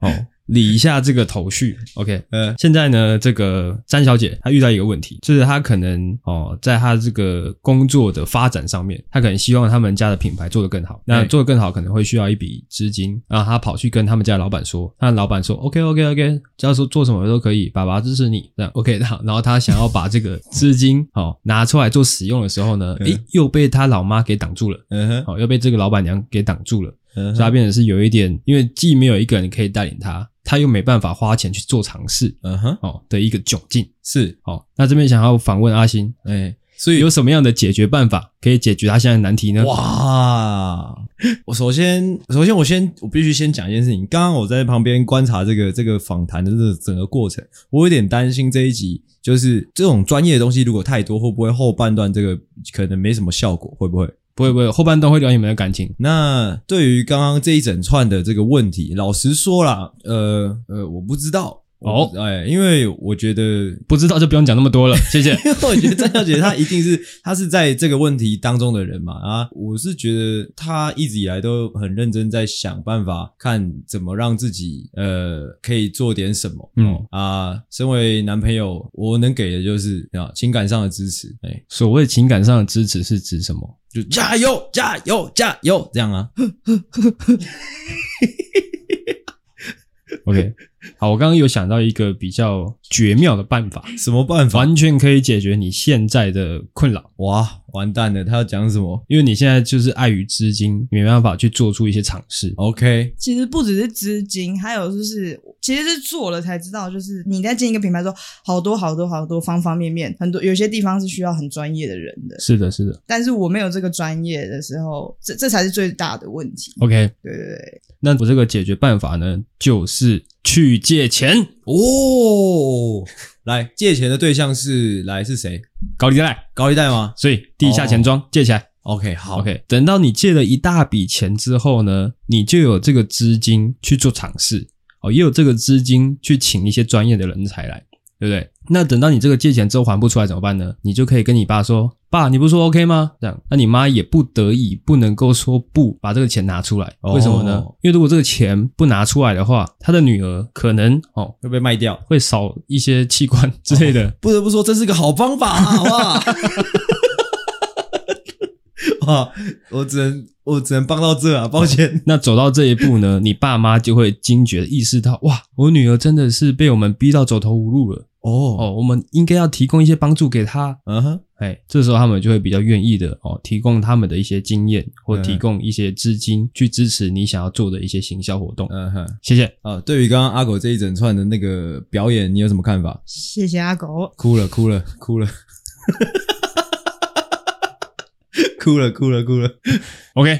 Speaker 1: 哦，理一下这个头绪。OK，
Speaker 3: 呃，
Speaker 1: 现在呢，这个詹小姐她遇到一个问题，就是她可能哦，在她这个工作的发展上面，她可能希望他们家的品牌做得更好。那
Speaker 3: 对
Speaker 1: 做得更好可能会需要一笔资金，然后她跑去跟他们家的老板说，那老板说 OK OK OK，只要说做什么都可以，爸爸支持你。这样 OK，然后 然后她想要把这个资金哦拿出来做使用的时候呢，
Speaker 3: 嗯
Speaker 1: 诶，又被她老妈给挡住了，
Speaker 3: 嗯哼，
Speaker 1: 哦，又被这个老板娘给挡住了。
Speaker 3: 嗯
Speaker 1: 所以他
Speaker 3: 哼，
Speaker 1: 变成是有一点，因为既没有一个人可以带领他，他又没办法花钱去做尝试
Speaker 3: 嗯哼，
Speaker 1: 哦的一个窘境。
Speaker 3: 是，
Speaker 1: 哦，那这边想要反问阿星，
Speaker 3: 哎，所以
Speaker 1: 有什么样的解决办法可以解决他现在的难题呢？
Speaker 3: 哇！我首先，首先我先，我必须先讲一件事情。刚刚我在旁边观察这个这个访谈的这个整个过程，我有点担心这一集就是这种专业的东西如果太多，会不会后半段这个可能没什么效果？会不会？
Speaker 1: 不会不会，后半段会聊你们的感情。
Speaker 3: 那对于刚刚这一整串的这个问题，老实说啦，呃呃，我不知道
Speaker 1: 哦
Speaker 3: 我不哎，因为我觉得
Speaker 1: 不知道就不用讲那么多了，谢谢。
Speaker 3: 因为我觉得张小姐她一定是 她是在这个问题当中的人嘛啊，我是觉得她一直以来都很认真在想办法，看怎么让自己呃可以做点什么。
Speaker 1: 嗯，
Speaker 3: 啊，身为男朋友，我能给的就是啊情感上的支持，哎、
Speaker 1: 所谓情感上的支持是指什么？
Speaker 3: 就加油加油加油这样啊，
Speaker 1: OK，好，我刚刚有想到一个比较绝妙的办法，
Speaker 3: 什么办法？
Speaker 1: 完全可以解决你现在的困扰。
Speaker 3: 哇，完蛋了，他要讲什么
Speaker 1: 因为你现在就是碍于资金，你没办法去做出一些尝试。
Speaker 3: ？OK，
Speaker 2: 其实不只是资金，还有就是，其实是做了才知道，就是你在进一个品牌的时候，好多好多好多方方面面，很多有些地方是需要很专业的人的，
Speaker 1: 是的，是的。
Speaker 2: 但是我没有这个专业的时候，这这才是最大的问题。
Speaker 1: OK，
Speaker 2: 对对对，
Speaker 1: 那我这个解决办法呢，就是去借钱。
Speaker 3: 哦，来借钱的对象是来是谁？
Speaker 1: 搞利贷，
Speaker 3: 高利贷吗
Speaker 1: 所以地下钱庄、借起来。
Speaker 3: ？OK，好
Speaker 1: OK，等到你借了一大笔钱之后呢，你就有这个资金去做尝试，哦，也有这个资金去请一些专业的人才来，对不对？那等到你这个借钱之后还不出来怎么办呢？你就可以跟你爸说：“爸，你不是说 OK 吗？”这样，那你妈也不得已不能够说不把这个钱拿出来，
Speaker 3: 哦
Speaker 1: 为什么呢？因为如果这个钱不拿出来的话，他的女儿可能哦
Speaker 3: 会被卖掉。
Speaker 1: 会少一些器官之类的。
Speaker 3: 不得不说，这是个好方法，好不好？哇，我只能我只能帮到这啊，抱歉。
Speaker 1: 那走到这一步呢， 你爸妈就会惊觉地意识到，哇，我女儿真的是被我们逼到走投无路了。
Speaker 3: 哦，
Speaker 1: 哦，我们应该要提供一些帮助给她。
Speaker 3: 嗯哼，
Speaker 1: 哎，这时候他们就会比较愿意的哦，提供他们的一些经验或
Speaker 3: 嗯
Speaker 1: 提供一些资金去支持你想要做的一些行销活动。
Speaker 3: 嗯哼。
Speaker 1: 谢谢。
Speaker 3: 啊，对于刚刚阿狗这一整串的那个表演，你有什么看法？
Speaker 2: 谢谢阿狗。
Speaker 3: 哭了，哭了，哭了，哭了，哭了，哭了。
Speaker 1: OK，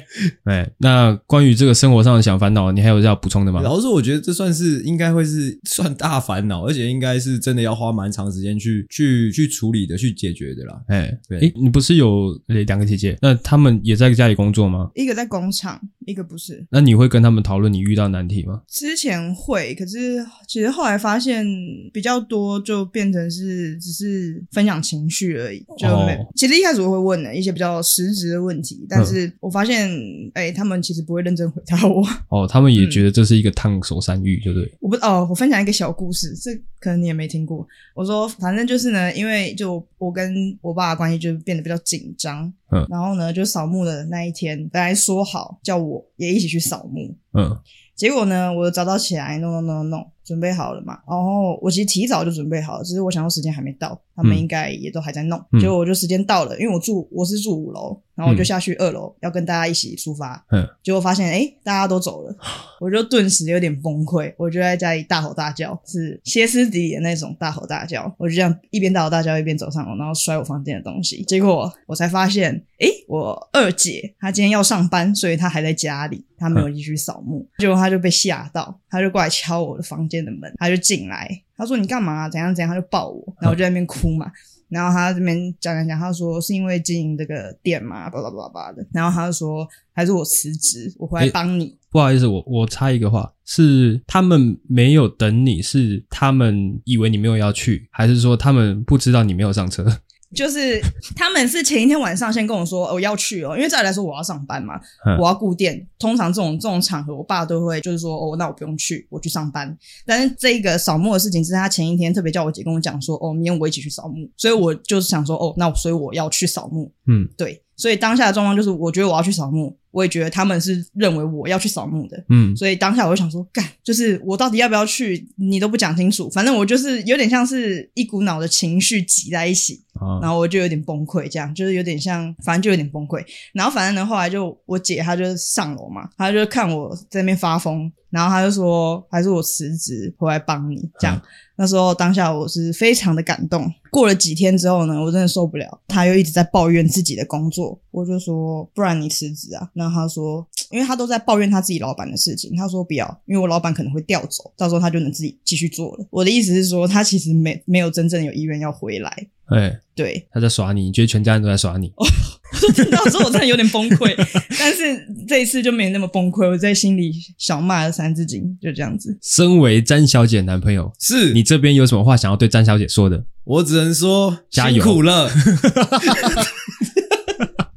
Speaker 1: 哎，那关于这个生活上的小烦恼，你还有要补充的吗？
Speaker 3: 老实说，我觉得这算是应该会是算大烦恼，而且应该是真的要花蛮长时间去去去处理的、去解决的啦。
Speaker 1: 哎，
Speaker 3: 对
Speaker 1: 哎，你不是有呃两个姐姐？那她们也在家里工作吗？
Speaker 2: 一个在工厂，一个不是。
Speaker 1: 那你会跟她们讨论你遇到难题吗？
Speaker 2: 之前会，可是其实后来发现比较多，就变成是只是分享情绪而已，就没。
Speaker 1: 哦
Speaker 2: 其实一开始我会问的一些比较实质的问题，但是我发现，哎、他们其实不会认真回答我。
Speaker 1: 哦，她们也
Speaker 2: 嗯
Speaker 1: 觉得这是一个烫手山芋，对不对？
Speaker 2: 我不哦，我分享一个小故事，这可能你也没听过。我说，反正就是呢，因为就我跟我爸的关系就变得比较紧张，
Speaker 1: 嗯
Speaker 2: 然后呢，就扫墓的那一天，本来说好叫我也一起去扫墓，
Speaker 1: 嗯，
Speaker 2: 结果呢，我早早起来弄弄弄弄弄，准备好了嘛。然后我其实提早就准备好了，只是我想说时间还没到，他们
Speaker 1: 嗯
Speaker 2: 应该也都还在弄。
Speaker 1: 嗯
Speaker 2: 结果我就时间到了，因为我住我是住五楼，然后我就
Speaker 1: 嗯
Speaker 2: 下去二楼、要跟大家一起出发。
Speaker 1: 嗯，
Speaker 2: 结果发现哎大家都走了，我就顿时有点崩溃，我就在家里大吼大叫，是歇斯底里的那种大吼大叫。我就这样一边大吼大叫一边走上楼，然后摔我房间的东西。结果我才发现，诶，我二姐她今天要上班，所以她还在家里，她没有继续扫墓。结果她就被吓到，她就过来敲我的房间的门，她就进来，她说你干嘛、啊怎样怎样，她就抱我，然后我就在那边哭嘛。然后他这边讲讲讲，他说是因为经营这个店嘛，巴拉巴拉巴拉的。然后他就说，还是我辞职，我回来
Speaker 1: 诶
Speaker 2: 帮你。
Speaker 1: 不好意思，我我插一个话，是他们没有等你，是他们以为你没有要去，还是说他们不知道你没有上车？
Speaker 2: 就是他们是前一天晚上先跟我说、哦我要去哦，因为再来说我要上班嘛，
Speaker 1: 嗯
Speaker 2: 我要顾店。通常这种这种场合，我爸都会就是说哦，那我不用去，我去上班。但是这个扫墓的事情是他前一天特别叫我姐跟我讲说，哦，明天我一起去扫墓，所以我就是想说，哦，那我所以我要去扫墓。
Speaker 1: 嗯，
Speaker 2: 对，所以当下的状况就是，我觉得我要去扫墓，我也觉得他们是认为我要去扫墓的，
Speaker 1: 嗯，
Speaker 2: 所以当下我就想说，干，就是我到底要不要去，你都不讲清楚。反正我就是有点像是一股脑的情绪挤在一起，
Speaker 1: 啊，
Speaker 2: 然后我就有点崩溃，这样就是有点像，反正就有点崩溃。然后反正呢，后来就我姐她就上楼嘛，她就看我在那边发疯，然后她就说还是我辞职回来帮你这样。那时候当下我是非常的感动。过了几天之后呢，我真的受不了，她又一直在抱怨自己的工作，我就说不然你辞职啊。然后她说，因为她都在抱怨她自己老板的事情，她说不要，因为我老板可能会调走，到时候她就能自己继续做了。我的意思是说，她其实没没有真正有意愿要回来。
Speaker 1: 哎，
Speaker 2: 对，
Speaker 1: 他在耍你，你觉得全家人都在耍
Speaker 3: 哦
Speaker 1: 你？
Speaker 2: 那时候我真的有点崩溃，但是这一次就没那么崩溃，我在心里小骂了三字经，就这样子。
Speaker 1: 身为詹小姐的男朋友，
Speaker 3: 是
Speaker 1: 你这边有什么话想要对詹小姐说的？
Speaker 3: 我只能说
Speaker 1: 加油
Speaker 3: 辛苦 了。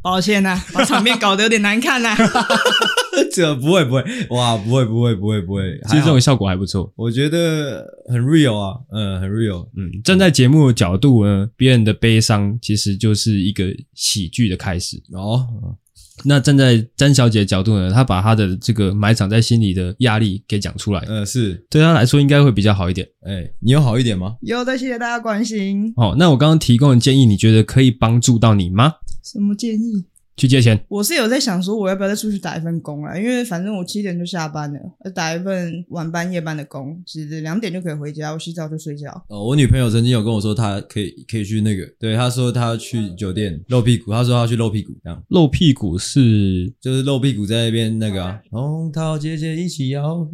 Speaker 2: 抱歉呐、把场面搞得有点难看呐、
Speaker 3: 这不会不会，哇，不会不会不会不会，
Speaker 1: 其实
Speaker 3: 还
Speaker 1: 这
Speaker 3: 好
Speaker 1: 种效果还不错。
Speaker 3: 我觉得很 real 啊，嗯，很 real。
Speaker 1: 嗯，站在节目的角度呢，别人的悲伤其实就是一个喜剧的开始。
Speaker 3: 哦，
Speaker 1: 那站在詹小姐的角度呢，她把她的这个埋藏在心里的压力给讲出来，
Speaker 3: 呃，是，
Speaker 1: 对她来说应该会比较好一点。
Speaker 3: 哎，你有好一点吗？
Speaker 2: 有的，谢谢大家关心。
Speaker 1: 哦，那我刚刚提供的建议，你觉得可以帮助到你吗？
Speaker 2: 什么建议？
Speaker 1: 去借钱，
Speaker 2: 我是有在想说，我要不要再出去打一份工啊？因为反正我七点就下班了，打一份晚班、夜班的工，其实两点就可以回家，我洗澡就睡觉。
Speaker 3: 哦，我女朋友曾经有跟我说，她可以可以去那个，对，她说她要去酒店露屁股，她说她要去露屁股，这样
Speaker 1: 露屁股是
Speaker 3: 就是露屁股在那边那个啊，红桃姐姐一起摇，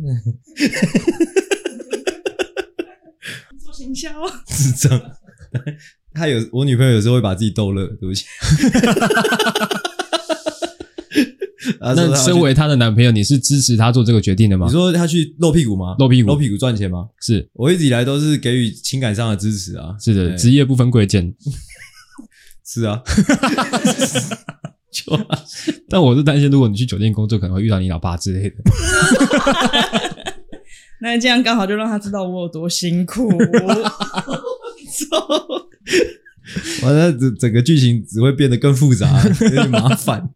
Speaker 2: 做行销，
Speaker 3: 是这样。她有我女朋友有时候会把自己逗乐，对不起。 她说她要
Speaker 1: 那
Speaker 3: 去
Speaker 1: 身为她的男朋友，你是支持她做这个决定的吗
Speaker 3: 你？说她去露屁股吗？
Speaker 1: 露屁股
Speaker 3: 露屁股赚钱吗？
Speaker 1: 是
Speaker 3: 我一直以来都是给予情感上的支持啊，
Speaker 1: 是的，
Speaker 3: 哎
Speaker 1: 职业不分贵贱。
Speaker 3: 是啊，
Speaker 1: 啊但我是担心，如果你去酒店工作，可能会遇到你老爸之 类的。
Speaker 2: 那这样刚好就让他知道我有多辛苦。 走
Speaker 3: 完了 整整个剧情只会变得更复杂，有点麻烦。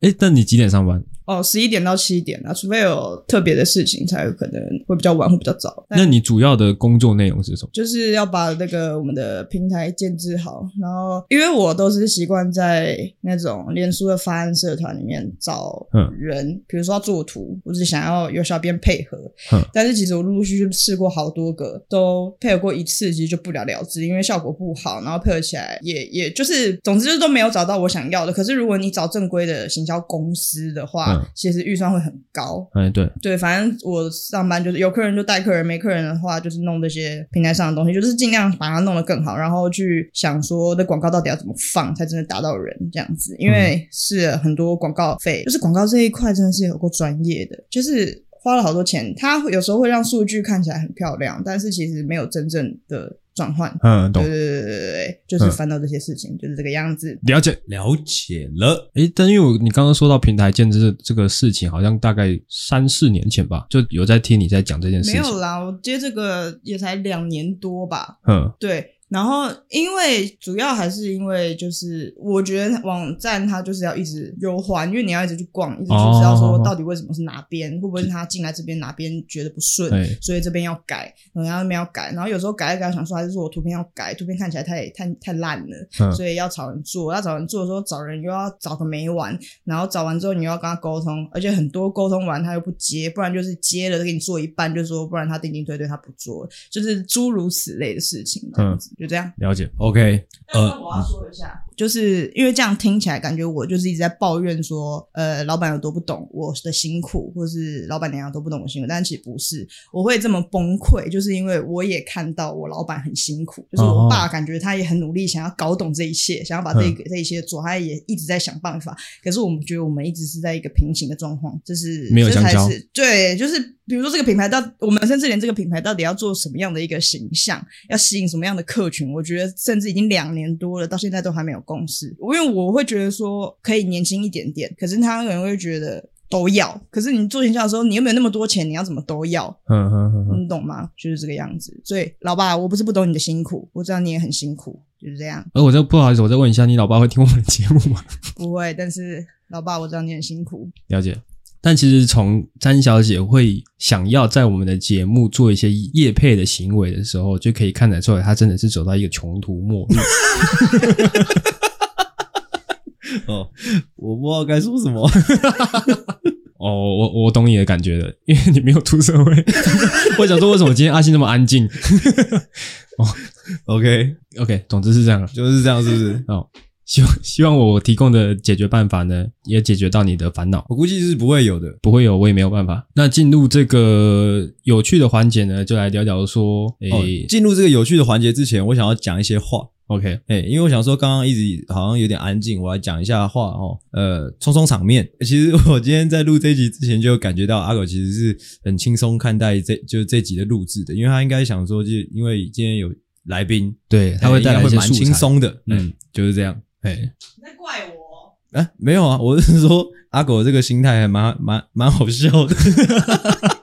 Speaker 1: 哎，但你几点上班？
Speaker 2: 哦，十一点到七点啊，除非有特别的事情，才有可能会比较晚或比较早。但
Speaker 1: 那你主要的工作内容是什么？
Speaker 2: 就是要把那个我们的平台建制好，然后因为我都是习惯在那种脸书的发案社团里面找
Speaker 1: 嗯
Speaker 2: 人，比如说要做图，我只想要有小编配合，
Speaker 1: 嗯
Speaker 2: 但是其实我陆陆续续试过好多个，都配合过一次，其实就不了了之，因为效果不好，然后配合起来也也就是，总之就是都没有找到我想要的。可是如果你找正规的行销公司的话，
Speaker 1: 嗯
Speaker 2: 其实预算会很高，
Speaker 1: 哎，对，
Speaker 2: 对，反正我上班就是有客人就带客人，没客人的话就是弄这些平台上的东西，就是尽量把它弄得更好，然后去想说那广告到底要怎么放才真的打到人这样子，因
Speaker 1: 嗯
Speaker 2: 为是很多广告费，就是广告这一块真的是有够专业的，就是。花了好多钱，它有时候会让数据看起来很漂亮，但是其实没有真正的转换。
Speaker 1: 嗯，懂
Speaker 2: 对对，对对对对，就是
Speaker 1: 嗯
Speaker 2: 烦恼这些事情，就是这个样子。
Speaker 1: 了解。
Speaker 3: 了解了，
Speaker 1: 诶，但因为我你刚刚说到平台建制这这个事情，好像大概三四年前吧，就有在听你在讲这件事
Speaker 2: 没有
Speaker 1: 情。
Speaker 2: 啦，我接这个也才两年多吧，
Speaker 1: 嗯
Speaker 2: 对，然后因为主要还是因为就是我觉得网站它就是要一直优化，因为你要一直去逛，一直去知道
Speaker 1: 哦
Speaker 2: 说到底为什么是哪边，会不会是他进来这边哪边觉得不顺
Speaker 1: 对，
Speaker 2: 所以这边要改，然后那边要改，然后有时候改一改想说还是说我图片要改，图片看起来太太太烂了，
Speaker 1: 嗯
Speaker 2: 所以要找人做，要找人做的时候找人又要找个没完，然后找完之后你又要跟他沟通，而且很多沟通完他又不接，不然就是接了给你做一半就说不然他定定推推他不做，就是诸如此类的事情，这
Speaker 1: 嗯
Speaker 2: 样子、就这样。
Speaker 1: 了解。
Speaker 3: ，OK，
Speaker 2: 但
Speaker 3: 呃
Speaker 2: 是我要说一下，就是因为这样听起来感觉我就是一直在抱怨说，呃，老板有多不懂我的辛苦，或是老板娘有多不懂我辛苦，但其实不是，我会这么崩溃，就是因为我也看到我老板很辛苦，就是我爸感觉他也很努力，想要搞懂这一切，想要把这一个、这一切做，他也一直在想办法。可是我们觉得我们一直是在一个平行的状况，就是
Speaker 1: 没有
Speaker 2: 这
Speaker 1: 相
Speaker 2: 才
Speaker 1: 交
Speaker 2: 是对，就是比如说这个品牌到我们甚至连这个品牌到底要做什么样的一个形象，要吸引什么样的客群，我觉得甚至已经两年多了，到现在都还没有共识。因为我会觉得说可以年轻一点点，可是他可能会觉得。都要，可是你做营销的时候，你又没有那么多钱，你要怎么都要？
Speaker 1: 嗯嗯嗯嗯，
Speaker 2: 你懂吗？就是这个样子。所以老爸，我不是不懂你的辛苦，我知道你也很辛苦，就是这样。
Speaker 1: 而我再不好意思，我再问一下，你老爸会听我们的节目吗？
Speaker 2: 不会，但是老爸，我知道你很辛苦。
Speaker 1: 了解。但其实从詹小姐会想要在我们的节目做一些业配的行为的时候，就可以看得出来，她真的是走到一个穷途末路。
Speaker 3: 哦，我不知道该说什么，
Speaker 1: 哦，我我懂你的感觉了，因为你没有出社会。 我想说，为什么今天阿信那么安静 哦
Speaker 3: OK，
Speaker 1: ？OK，总嗯之是这样了。
Speaker 3: 就是这样，是 不是？
Speaker 1: 哦，希望希望我提供的解决办法呢，也解决到你的烦恼。
Speaker 3: 我估计是不会有的。
Speaker 1: 不会有，我也没有办法。那进入这个有趣的环节呢，就来聊聊说，诶、
Speaker 3: 哦，进入这个有趣的环节之前，我想要讲一些话。
Speaker 1: o k
Speaker 3: 哎、因为我想说，刚刚一直好像有点安静，我来讲一下话哦。呃，冲冲场面。其实我今天在录这一集之前，就感觉到阿狗其实是很轻松看待这就是这集的录制的，因为他应该想说，就因为今天有来宾，
Speaker 1: 对，他会带
Speaker 3: 应
Speaker 1: 来
Speaker 3: 该
Speaker 1: 一
Speaker 3: 会
Speaker 1: 些
Speaker 3: 蛮
Speaker 1: 素材
Speaker 3: 轻，松的。嗯，
Speaker 1: 嗯，就是这样。哎，
Speaker 2: 你在怪我？
Speaker 3: 啊，没有啊，我是说阿狗这个心态还蛮蛮蛮好笑的。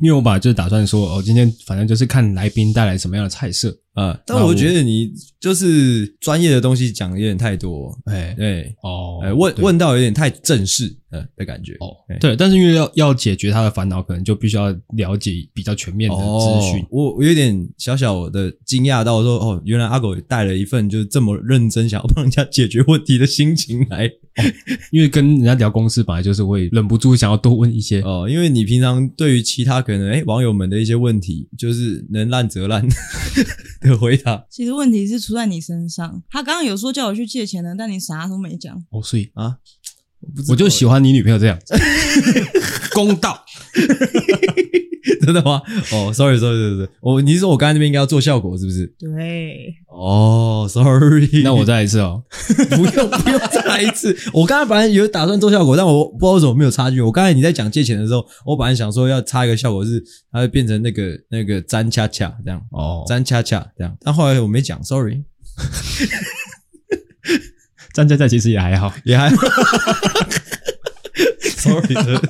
Speaker 1: 因为我把就是打算说，哦，今天反正就是看来宾带来什么样的菜色，
Speaker 3: 呃，但
Speaker 1: 那我
Speaker 3: 我觉得你就是专业的东西讲得有点太多，
Speaker 1: 哎，
Speaker 3: 对，
Speaker 1: 哦，
Speaker 3: 哎、问
Speaker 1: 对
Speaker 3: 问到有点太正式，呃的感觉。
Speaker 1: 哦
Speaker 3: 哎，
Speaker 1: 对，但是因为要要解决他的烦恼，可能就必须要了解比较全面的资讯
Speaker 3: 哦。我我有点小小的惊讶到说，哦，原来阿狗带了一份就是这么认真想要帮人家解决问题的心情来
Speaker 1: 因为跟人家聊公司，本来就是会忍不住想要多问一些。
Speaker 3: 哦，因为你平常对于其他可能哎、网友们的一些问题，就是能烂则烂的回答
Speaker 2: 其实问题是出在你身上。他刚刚有说叫我去借钱的，但你啥都没讲。
Speaker 1: 哦，所以
Speaker 3: 啊，我不知道
Speaker 1: 我就喜欢你女朋友这样，公道。
Speaker 3: 真的吗？哦，sorry sorry sorry，sorry 我、你是说我刚才那边应该要做效果是不是？
Speaker 2: 对，
Speaker 3: 哦，sorry，
Speaker 1: 那我再来一次哦。
Speaker 3: 不用不用再来一次。我刚才本来有打算做效果，但我不知道为什么没有插进去。我刚才你在讲借钱的时候，我本来想说要插一个效果是，它会变成那个那个粘恰恰这样，
Speaker 1: 哦，
Speaker 3: 粘恰恰这样。但后来我没讲，sorry，
Speaker 1: 站在在其实也还好。
Speaker 3: 也还 sorry 真的是。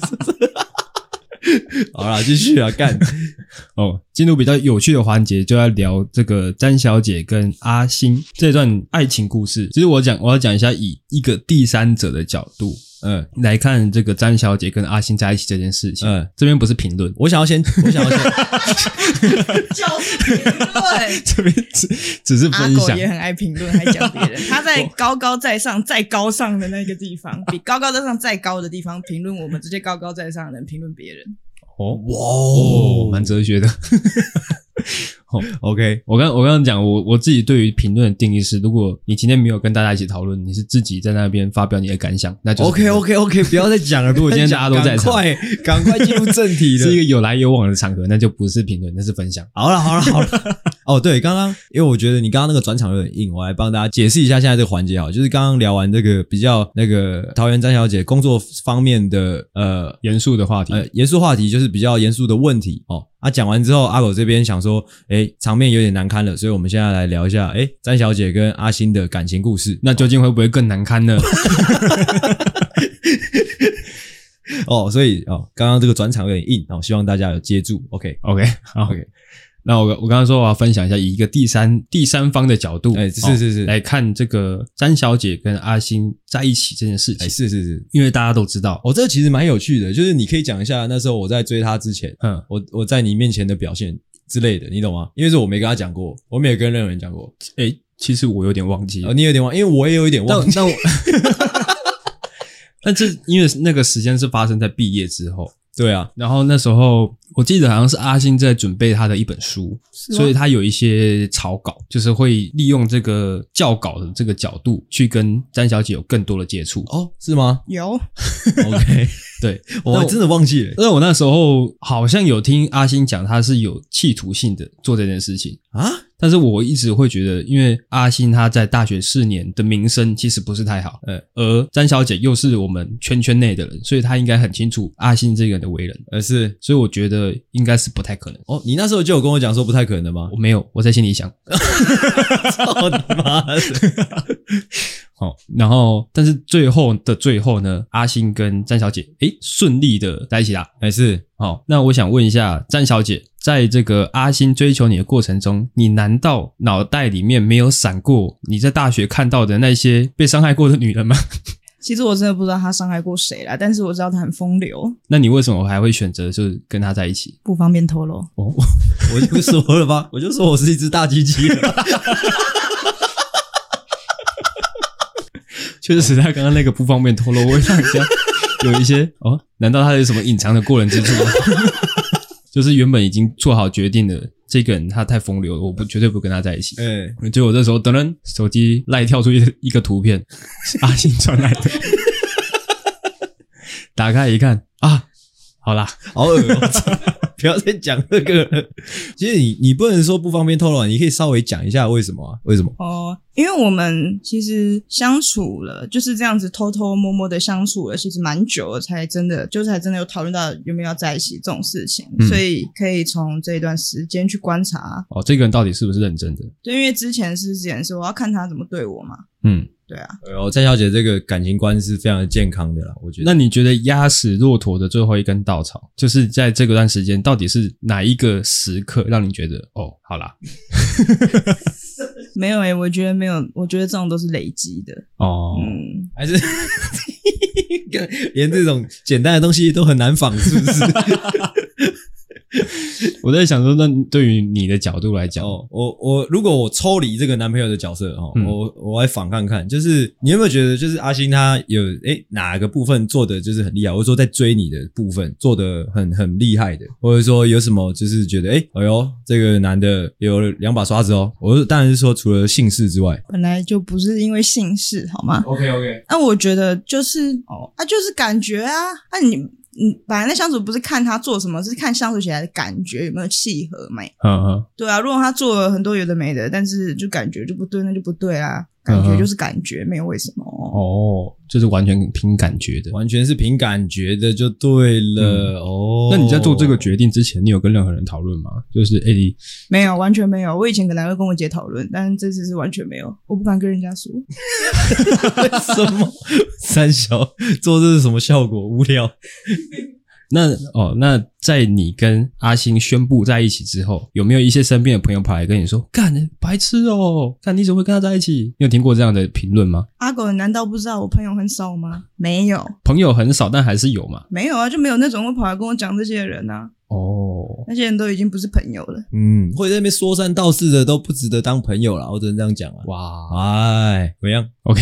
Speaker 3: 好啦，继续啊，干
Speaker 1: 哦，进入比较有趣的环节，就要聊这个詹小姐跟阿星这段爱情故事。其实我讲，我要讲一下以一个第三者的角度，
Speaker 3: 嗯
Speaker 1: 来看这个詹小姐跟阿星在一起这件事情。
Speaker 3: 嗯，
Speaker 1: 这边不是评论，
Speaker 3: 我想要先，我想要先，
Speaker 2: 就是评论。
Speaker 1: 这边只只是
Speaker 2: 阿
Speaker 1: 分
Speaker 2: 狗
Speaker 1: 享
Speaker 2: 也。很爱评论，还讲别人。他在高高在上、再高上的那个地方，比高高在上再高的地方评论我们这些高高在上的人，评论别人。
Speaker 1: 哦，
Speaker 3: 哇
Speaker 1: 哦，蛮哲学的。 哦
Speaker 3: OK，
Speaker 1: 我刚我刚刚讲，我我自己对于评论的定义是，如果你今天没有跟大家一起讨论，你是自己在那边发表你的感想，那就是
Speaker 3: OK OK OK，不要再讲了。如果今天大家都在
Speaker 1: 赶
Speaker 3: 场，
Speaker 1: 快
Speaker 3: 赶快进入正题
Speaker 1: 是一个有来有往的场合，那就不是评论，那是分享。
Speaker 3: 好了好了 好了，哦对，刚刚因为我觉得你刚刚那个转场有点硬，我来帮大家解释一下现在这个环节哦哈，就是刚刚聊完这个比较那个呃桃园詹小姐工作方面的呃
Speaker 1: 严肃的话题，
Speaker 3: 呃严肃话题，就是比较严肃的问题哦。啊，讲完之后，阿狗这边想说，哎，场面有点难堪了，所以我们现在来聊一下，哎，詹小姐跟阿星的感情故事。
Speaker 1: 那究竟会不会更难堪呢？
Speaker 3: 哦，所以哦，刚刚这个转场有点硬哦，希望大家有接住。OK，
Speaker 1: OK，好
Speaker 3: OK
Speaker 1: 那我我刚刚说我要分享一下，以一个第三第三方的角度，哦
Speaker 3: 哎是是是
Speaker 1: 来看这个詹小姐跟阿星在一起这件事
Speaker 3: 哎，
Speaker 1: 情，
Speaker 3: 是是是，
Speaker 1: 因为大家都知道，
Speaker 3: 哦，这个其实蛮有趣的，就是你可以讲一下那时候我在追她之前，
Speaker 1: 嗯，
Speaker 3: 我我在你面前的表现之类的，你懂吗？因为是我没跟她讲过，我没有跟任何人讲过。
Speaker 1: 哎，其实我有点忘记了
Speaker 3: 哦，，你有点忘，因为我也有一点
Speaker 1: 但
Speaker 3: 忘记。
Speaker 1: 但我，但这因为那个时间是发生在毕业之后，
Speaker 3: 对啊，
Speaker 1: 然后那时候我记得好像是阿星在准备他的一本书，
Speaker 2: 吗
Speaker 1: 所以他有一些草稿，就是会利用这个校稿的这个角度去跟詹小姐有更多的接触。
Speaker 3: 哦，是吗
Speaker 2: 有
Speaker 3: ？OK，
Speaker 1: 对，
Speaker 3: 我还真的忘记了
Speaker 1: 因为我那时候好像有听阿星讲，他是有企图性的做这件事情。
Speaker 3: 啊。
Speaker 1: 但是我一直会觉得，因为阿星他在大学四年的名声其实不是太好，呃
Speaker 3: 嗯
Speaker 1: 而詹小姐又是我们圈圈内的人，所以她应该很清楚阿星这个人的为人，
Speaker 3: 呃，是
Speaker 1: 所以我觉得应该是不太可能。
Speaker 3: 哦，你那时候就有跟我讲说不太可能的吗
Speaker 1: 我？没有，我在心里想，
Speaker 3: 我的妈！
Speaker 1: 哦，然后但是最后的最后呢，阿星跟詹小姐诶顺利的在一起啦。
Speaker 3: 还是
Speaker 1: 好，那我想问一下詹小姐，在这个阿星追求你的过程中，你难道脑袋里面没有闪过你在大学看到的那些被伤害过的女人吗？
Speaker 2: 其实我真的不知道他伤害过谁啦，但是我知道他很风流，
Speaker 1: 那你为什么还会选择就是跟他在一起？
Speaker 2: 不方便透露。
Speaker 1: 哦，
Speaker 3: 我就说了吧，我就说我是一只大鸡鸡。
Speaker 1: 确实，他刚刚那个不方便透露，我会让人家有一些哦，难道他有什么隐藏的过人之处吗？ 就是原本已经做好决定的这个人，他太风流了，我不绝对不跟他在一起。
Speaker 3: 哎，
Speaker 1: 结果这时候，噔噔，手机赖跳出一一个图片，是阿信传来的， 打开一看啊，好啦，
Speaker 3: 好恶、哦，不要再讲这个了。其实你你不能说不方便透露，啊你可以稍微讲一下为什么啊？为什么？
Speaker 2: 哦，因为我们其实相处了，就是这样子偷偷摸摸的相处了，其实蛮久了，才真的就是才真的有讨论到有没有要在一起这种事情，
Speaker 1: 嗯
Speaker 2: 所以可以从这一段时间去观察。
Speaker 1: 哦，这个人到底是不是认真的？
Speaker 2: 对，因为之前是之前是我要看他怎么对我嘛，
Speaker 1: 嗯，
Speaker 2: 对啊，
Speaker 3: 哎呦，詹小姐这个感情观是非常健康的啦，我觉得。
Speaker 1: 那你觉得压死骆驼的最后一根稻草，就是在这个段时间，到底是哪一个时刻让你觉得哦，好啦，
Speaker 2: 没有诶、我觉得没有，我觉得这种都是累积的，
Speaker 1: 哦
Speaker 2: 嗯，
Speaker 3: 还是 连这种简单的东西都很难仿，是不是？
Speaker 1: 我在想说，那对于你的角度来讲，
Speaker 3: 哦，我我如果我抽离这个男朋友的角色哦，
Speaker 1: 嗯
Speaker 3: 我我来仿看看，就是你有没有觉得，就是阿星他有诶、哪个部分做的就是很厉害，或者说在追你的部分做的很很厉害的，或者说有什么就是觉得诶、哎呦这个男的有两把刷子哦，我是当然是说除了姓氏之外
Speaker 2: 本来就不是因为姓氏，好吗？
Speaker 3: ，OK OK，
Speaker 2: 那、我觉得就是哦，啊，就是感觉啊，那、你你本来那相处不是看他做什么，是看相处起来的感觉有没有契合嘛？
Speaker 1: 嗯嗯，
Speaker 2: 对啊，如果他做了很多有的没的，但是就感觉就不对，那就不对啊，感
Speaker 1: 嗯
Speaker 2: 觉
Speaker 1: 哼
Speaker 2: 就是感觉，没有为什么哦。
Speaker 1: 哦，就是完全凭感觉的。嗯
Speaker 3: 完全是凭感觉的就对了、哦。
Speaker 1: 那你在做这个决定之前，你有跟任何人讨论吗？就是哎、你
Speaker 2: 没有，完全没有。我以前可能会跟我姐讨论，但是这次是完全没有，我不敢跟人家说。
Speaker 3: 什么三小做这是什么效果？无聊。
Speaker 1: 那哦，那在你跟阿星宣布在一起之后，有没有一些身边的朋友跑来跟你说：“干，白痴哦，干你怎么会跟他在一起？”你有听过这样的评论吗？
Speaker 2: 阿狗，难道不知道我朋友很少吗？没有，
Speaker 1: 朋友很少，但还是有嘛。
Speaker 2: 没有啊，就没有那种会跑来跟我讲这些的人啊。
Speaker 1: 哦，
Speaker 2: 那些人都已经不是朋友了。
Speaker 3: 嗯，会在那边说三道四的都不值得当朋友啦，我只能这样讲啊。
Speaker 1: 哇
Speaker 3: 哎，怎么样？
Speaker 1: ，OK，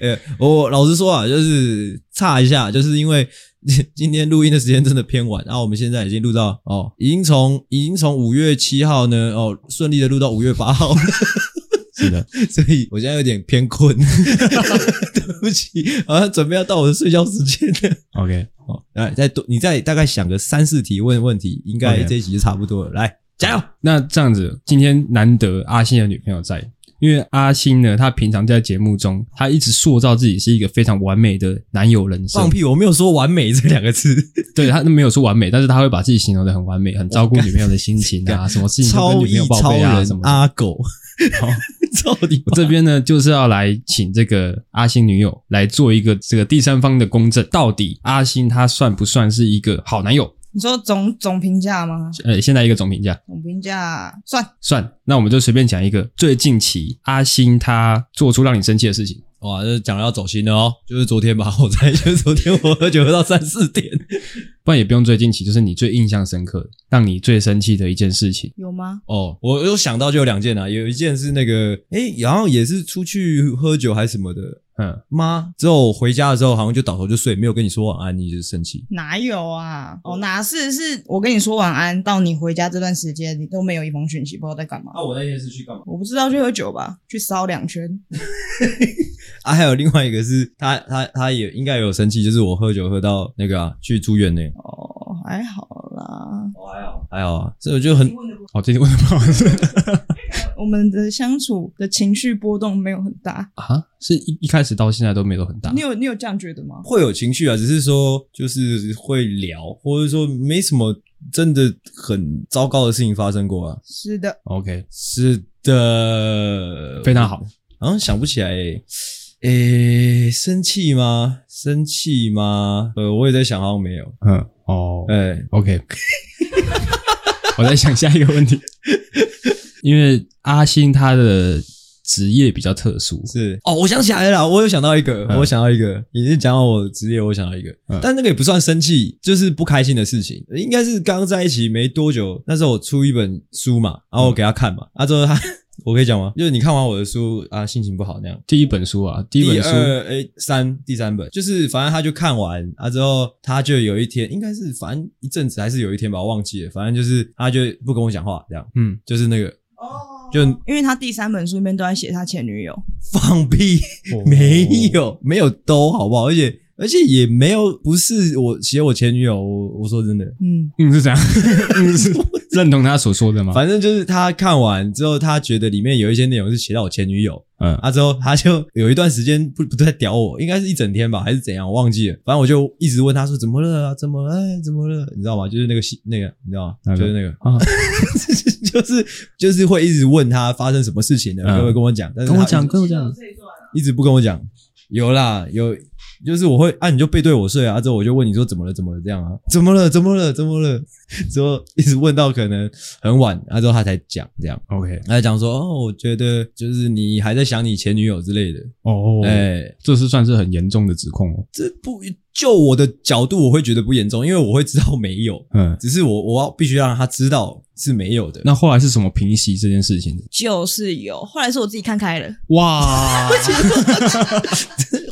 Speaker 3: 呃、我老实说啊，就是差一下，就是因为 今天录音的时间真的偏晚，然、后我们现在已经录到哦，已经从已经从五月七号呢，哦，顺利的录到五月八号了，
Speaker 1: 是的，
Speaker 3: 所以我现在有点偏困， 对不起，好像准备要到我的睡觉时间了。
Speaker 1: ，OK，
Speaker 3: 哦，来，再多你再大概想个三四题问问题，应该
Speaker 1: OK
Speaker 3: 这一集就差不多了。来，加油！
Speaker 1: 那这样子，今天难得阿星的女朋友在，因为阿星呢，他平常在节目中，他一直塑造自己是一个非常完美的男友人设
Speaker 3: 放，屁！我没有说完美这两个字，
Speaker 1: 对他没有说完美，但是他会把自己形容的很完美，很照顾女朋友的心情啊，什么事情都跟
Speaker 3: 超
Speaker 1: 女朋
Speaker 3: 异
Speaker 1: 友报
Speaker 3: 超
Speaker 1: 备啊
Speaker 3: 人
Speaker 1: 什么的。
Speaker 3: 阿狗，
Speaker 1: 好
Speaker 3: 到底
Speaker 1: 我这边呢，就是要来请这个阿星女友来做一个这个第三方的公证，到底阿星他算不算是一个好男友？
Speaker 2: 你说总总评价吗？
Speaker 1: 呃，现在一个总评价
Speaker 2: 总评价算
Speaker 1: 算，那我们就随便讲一个最近期阿星他做出让你生气的事情。
Speaker 3: 哇，这讲了要走心了哦，就是昨天吧，我猜就是昨天我喝酒喝到三四点，
Speaker 1: 不然也不用最近期，就是你最印象深刻的、让你最生气的一件事情。
Speaker 2: 有吗？
Speaker 3: 哦，我有想到就有两件啊，有一件是那个，哎，然后也是出去喝酒还是什么的
Speaker 1: 嗯，
Speaker 3: 妈，之后我回家的时候好像就倒头就睡，没有跟你说晚安，你就生气。
Speaker 2: 哪有啊？哦，哪是是我跟你说晚安，到你回家这段时间，你都没有一封讯息，不知道在干嘛。
Speaker 3: 啊我那天是去干嘛？
Speaker 2: 我不知道去喝酒吧，去烧两圈。
Speaker 3: 啊，还有另外一个是他他他也应该有生气，就是我喝酒喝到那个啊，去住院那个。
Speaker 2: 哦，还好啦。
Speaker 3: 还好还好啊，所以我就很
Speaker 1: 好，哦这题问的不好意思
Speaker 2: 我们的相处的情绪波动没有很大，
Speaker 1: 啊，是一一开始到现在都没有很大
Speaker 2: 你。有你有这样觉得吗？
Speaker 3: 会有情绪啊，只是说就是会聊，或者说没什么真的很糟糕的事情发生过啊。
Speaker 2: 是的，
Speaker 1: OK，
Speaker 3: 是的，
Speaker 1: 非常好。
Speaker 3: 好像想不起来、欸，诶、生气吗？生气吗？呃，我也在想，好像没有。
Speaker 1: 嗯，哦，
Speaker 3: 哎、
Speaker 1: OK，我在想下一个问题，因为阿星他的职业比较特殊，
Speaker 3: 是哦，我想起来了啦，我有想到一个，
Speaker 1: 嗯
Speaker 3: 我想到一个，也是讲到我职业，我想到一个，
Speaker 1: 嗯
Speaker 3: 但那个也不算生气，就是不开心的事情，应该是刚在一起没多久，那时候我出一本书嘛，
Speaker 1: 嗯
Speaker 3: 然后我给他看嘛，啊之后他。我可以讲吗？就是你看完我的书啊，心情不好那样。
Speaker 1: 第一本书啊，第一本书
Speaker 3: 二诶三第三本，就是反正他就看完啊之后，他就有一天应该是反正一阵子还是有一天吧，我忘记了，反正就是他就不跟我讲话，这样
Speaker 1: 嗯，
Speaker 3: 就是那个
Speaker 2: 哦
Speaker 3: 就
Speaker 2: 因为他第三本书里面都在写他前女友，
Speaker 3: 放屁。
Speaker 1: 哦
Speaker 3: 没有，没有都好不好？而且而且也没有，不是我写我前女友，我我说真的，
Speaker 2: 嗯，
Speaker 1: 嗯是这样，嗯是认同他所说的吗？
Speaker 3: 反正就是他看完之后，他觉得里面有一些内容是写到我前女友，
Speaker 1: 嗯
Speaker 3: 啊之后他就有一段时间不不在屌我，应该是一整天吧，还是怎样，我忘记了。反正我就一直问他说怎么了啊，怎么了，哎怎么了，你知道吗？就是那个戏那个，你知道吗？
Speaker 1: 哪个
Speaker 3: 就是那个。
Speaker 1: 啊，
Speaker 3: 就是就是会一直问他发生什么事情的，
Speaker 1: 嗯
Speaker 3: 会不会跟我讲？但是
Speaker 1: 跟我
Speaker 3: 他
Speaker 1: 讲
Speaker 3: 一直
Speaker 1: 跟我讲，
Speaker 3: 一直不跟我讲。有啦，有，就是我会啊，你就背对我睡啊，之后我就问你说怎么了，怎么了这样啊，怎么了，怎么了，怎么了，之后一直问到可能很晚，啊之后他才讲这样，
Speaker 1: OK，
Speaker 3: 他才讲说哦，我觉得就是你还在想你前女友之类的，
Speaker 1: 哦，
Speaker 3: 哎、
Speaker 1: 这是算是很严重的指控哦，
Speaker 3: 这不就我的角度我会觉得不严重，因为我会知道没有，
Speaker 1: 嗯，
Speaker 3: 只是我我要必须让他知道是没有的。
Speaker 1: 那后来是什么平息这件事情的？
Speaker 2: 就是有。后来是我自己看开了，
Speaker 1: 哇，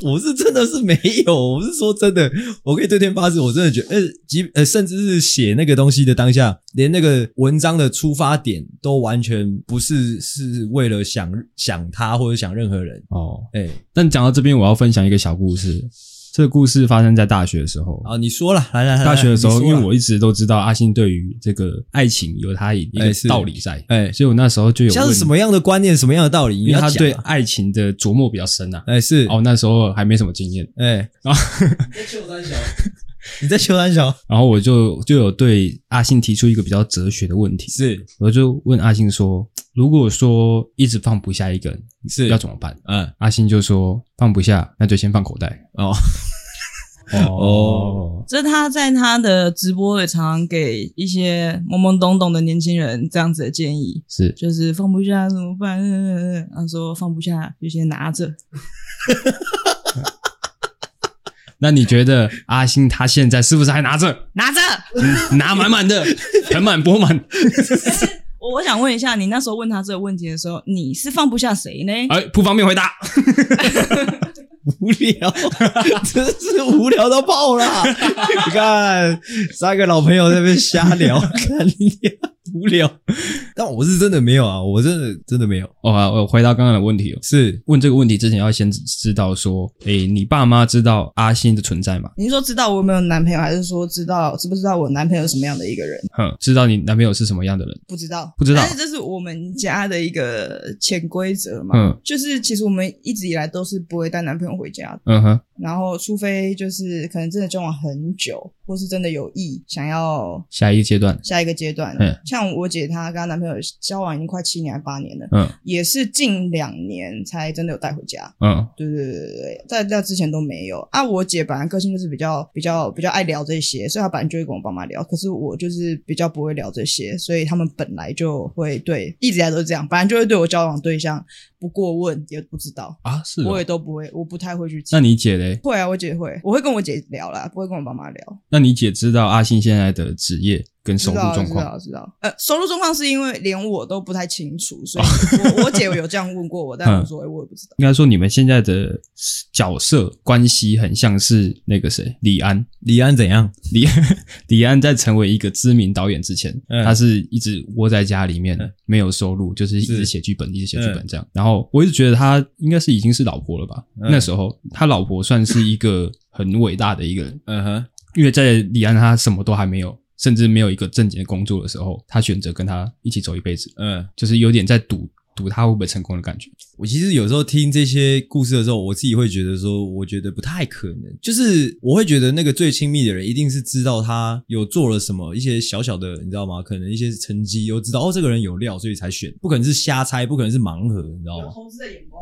Speaker 3: 我是真的是没有， 我是说真的，我可以对天发誓，我真的觉得，呃，即呃，甚至是写那个东西的当下，连那个文章的出发点都完全不是是为了想想他或者想任何人，
Speaker 1: 哦，
Speaker 3: 哎、
Speaker 1: 但讲到这边，我要分享一个小故事，这个故事发生在大学的时候
Speaker 3: 啊，你说了，来来来，
Speaker 1: 大学的时候，
Speaker 3: 你
Speaker 1: 因
Speaker 3: 说啦啊
Speaker 1: 为我一直都知道阿星对于这个爱情有他一个
Speaker 3: 哎是
Speaker 1: 道理在，
Speaker 3: 哎
Speaker 1: 所以我那时候就有
Speaker 3: 像
Speaker 1: 问
Speaker 3: 是什，么样的观念，什么样的道理，你
Speaker 1: 因为
Speaker 3: 要
Speaker 1: 他
Speaker 3: 讲
Speaker 1: 对
Speaker 3: 啊
Speaker 1: 爱情的琢磨比较深啊。
Speaker 3: 哎、是，
Speaker 1: 哦，那时候还没什么经验，
Speaker 3: 哎、
Speaker 1: 然后
Speaker 3: 你在求三小，你在求三小，
Speaker 1: 然后我就就有对阿信提出一个比较哲学的问题，
Speaker 3: 是
Speaker 1: 我就问阿信说，如果说一直放不下一个人，
Speaker 3: 是
Speaker 1: 要怎么办？
Speaker 3: 嗯
Speaker 1: 阿信就说放不下，那就先放口袋。
Speaker 3: 哦，
Speaker 1: 哦，
Speaker 2: 这是他在他的直播也常常给一些懵懵懂懂的年轻人这样子的建议，
Speaker 1: 是
Speaker 2: 就是放不下怎么办？ 嗯嗯嗯他说放不下就先拿着。
Speaker 1: 那你觉得阿星他现在是不是还拿着，
Speaker 2: 拿着，
Speaker 1: 嗯拿满满的，盆满钵满？
Speaker 2: 我我想问一下，你那时候问他这个问题的时候，你是放不下谁呢？
Speaker 1: 哎，不方便回答。
Speaker 3: 无聊， 真是无聊到爆啦！你看三个老朋友在那边瞎聊， 看你俩无聊。但我是真的没有啊，我真的真的没有。
Speaker 1: 哦，啊我回答刚刚的问题哦。
Speaker 3: 是
Speaker 1: 问这个问题之前，要先知道说，诶，你爸妈知道阿星的存在吗？
Speaker 2: 你是说知道我有没有男朋友，还是说知道知不知道我男朋友是什么样的一个人？
Speaker 1: 哼，知道你男朋友是什么样的人？
Speaker 2: 不知道，
Speaker 1: 不知道
Speaker 2: 但是这是我们家的一个潜规则嘛。
Speaker 1: 嗯
Speaker 2: 就是其实我们一直以来都是不会带男朋友回家的，
Speaker 1: 嗯哼，
Speaker 2: 然后除非就是可能真的交往很久，或是真的有意想要
Speaker 1: 下一个阶段，
Speaker 2: 下一个阶段。
Speaker 1: 嗯
Speaker 2: 像我姐她跟她男朋友交往已经快七年还八年了，
Speaker 1: 嗯
Speaker 2: 也是近两年才真的有带回家。
Speaker 1: 嗯
Speaker 2: 对对对对对，在那之前都没有啊。我姐本来个性就是比较比较比较爱聊这些，所以她本来就会跟我爸妈聊。可是我就是比较不会聊这些，所以他们本来就会对一直以来都是这样，本来就会对我交往对象不过问也不知道，
Speaker 1: 啊，是哦
Speaker 2: 我也都不会，我不太会去讲。
Speaker 1: 那你姐嘞？
Speaker 2: 会啊，我姐会，我会跟我姐聊啦，不会跟我爸妈聊。
Speaker 1: 那你姐知道阿信现在的职业跟收
Speaker 2: 知
Speaker 1: 入
Speaker 2: 道
Speaker 1: 状
Speaker 2: 知
Speaker 1: 况？
Speaker 2: 道知道。呃，收入状况是因为连我都不太清楚，所以我我 姐有这样问过我，但
Speaker 1: 嗯
Speaker 2: 无所谓，我也不知道。
Speaker 1: 应该说你们现在的角色关系很像是那个谁，李安。
Speaker 3: 李安怎样？
Speaker 1: 李 李安在成为一个知名导演之前，
Speaker 3: 嗯
Speaker 1: 他是一直窝在家里面
Speaker 3: 嗯，
Speaker 1: 没有收入，就是一直
Speaker 3: 是
Speaker 1: 写剧本，一直写剧本这样。然后我一直觉得他应该是已经是老婆了吧？
Speaker 3: 嗯
Speaker 1: 那时候他老婆算是一个很伟大的一个人，
Speaker 3: 嗯哼，
Speaker 1: 因为在李安他什么都还没有，甚至没有一个正经的工作的时候，他选择跟他一起走一辈子，
Speaker 3: 嗯，
Speaker 1: 就是有点在赌赌他会不会成功的感觉。
Speaker 3: 我其实有时候听这些故事的时候，我自己会觉得说，我觉得不太可能。就是我会觉得那个最亲密的人，一定是知道他有做了什么一些小小的，你知道吗？可能一些成绩，又知道哦，这个人有料，所以才选，不可能是瞎猜，不可能是盲盒，你知道吗？
Speaker 2: 投资的眼光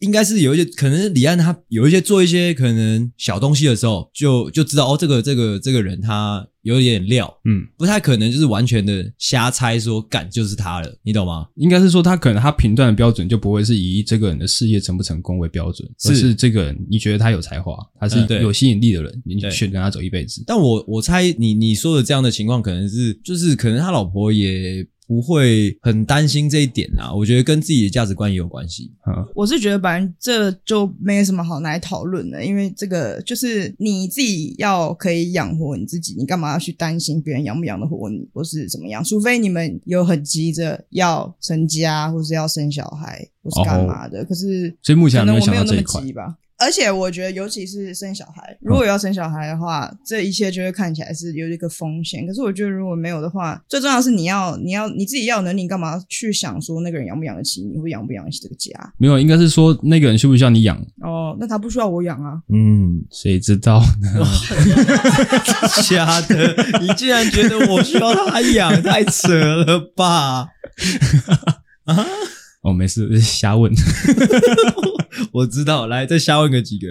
Speaker 3: 应该是有一些，可能是李安他有一些做一些可能小东西的时候，就就知道哦，这个这个这个人他有一点料，
Speaker 1: 嗯，
Speaker 3: 不太可能就是完全的瞎猜说干就是他了，你懂吗？
Speaker 1: 应该是说他可能他评断的标准就不会是以这个人的事业成不成功为标准，
Speaker 3: 是
Speaker 1: 而是这个人你觉得他有才华，他是
Speaker 3: 嗯对
Speaker 1: 有吸引力的人，你
Speaker 3: 对
Speaker 1: 选跟他走一辈子。
Speaker 3: 但我我猜你你说的这样的情况，可能是就是可能他老婆也不会很担心这一点啦。我觉得跟自己的价值观也有关系。
Speaker 2: 我是觉得，反正这就没什么好拿来讨论的，因为这个就是你自己要可以养活你自己，你干嘛要去担心别人养不养得活你，或是怎么样？除非你们有很急着要成家，或是要生小孩，或是干嘛的。可是，
Speaker 1: 所以目
Speaker 2: 可
Speaker 1: 前还没
Speaker 2: 能
Speaker 1: 有
Speaker 2: 我
Speaker 1: 想
Speaker 2: 没
Speaker 1: 到
Speaker 2: 有那
Speaker 1: 这一
Speaker 2: 么
Speaker 1: 块。
Speaker 2: 急吧。而且我觉得，尤其是生小孩，如果要生小孩的话，这一切就会看起来是有一个风险。可是我觉得，如果没有的话，最重要的是你要你要你自己要有能力，你干嘛去想说那个人养不养得起你，或养不养得起这个家？
Speaker 1: 没有，应该是说那个人需不需要你养，
Speaker 2: 哦，那他不需要我养啊。
Speaker 3: 嗯，
Speaker 1: 谁知道呢？
Speaker 3: 假的，你竟然觉得我需要他养，太扯了吧？
Speaker 1: 哦，没事，瞎问，
Speaker 3: 我知道，来再瞎问个几个。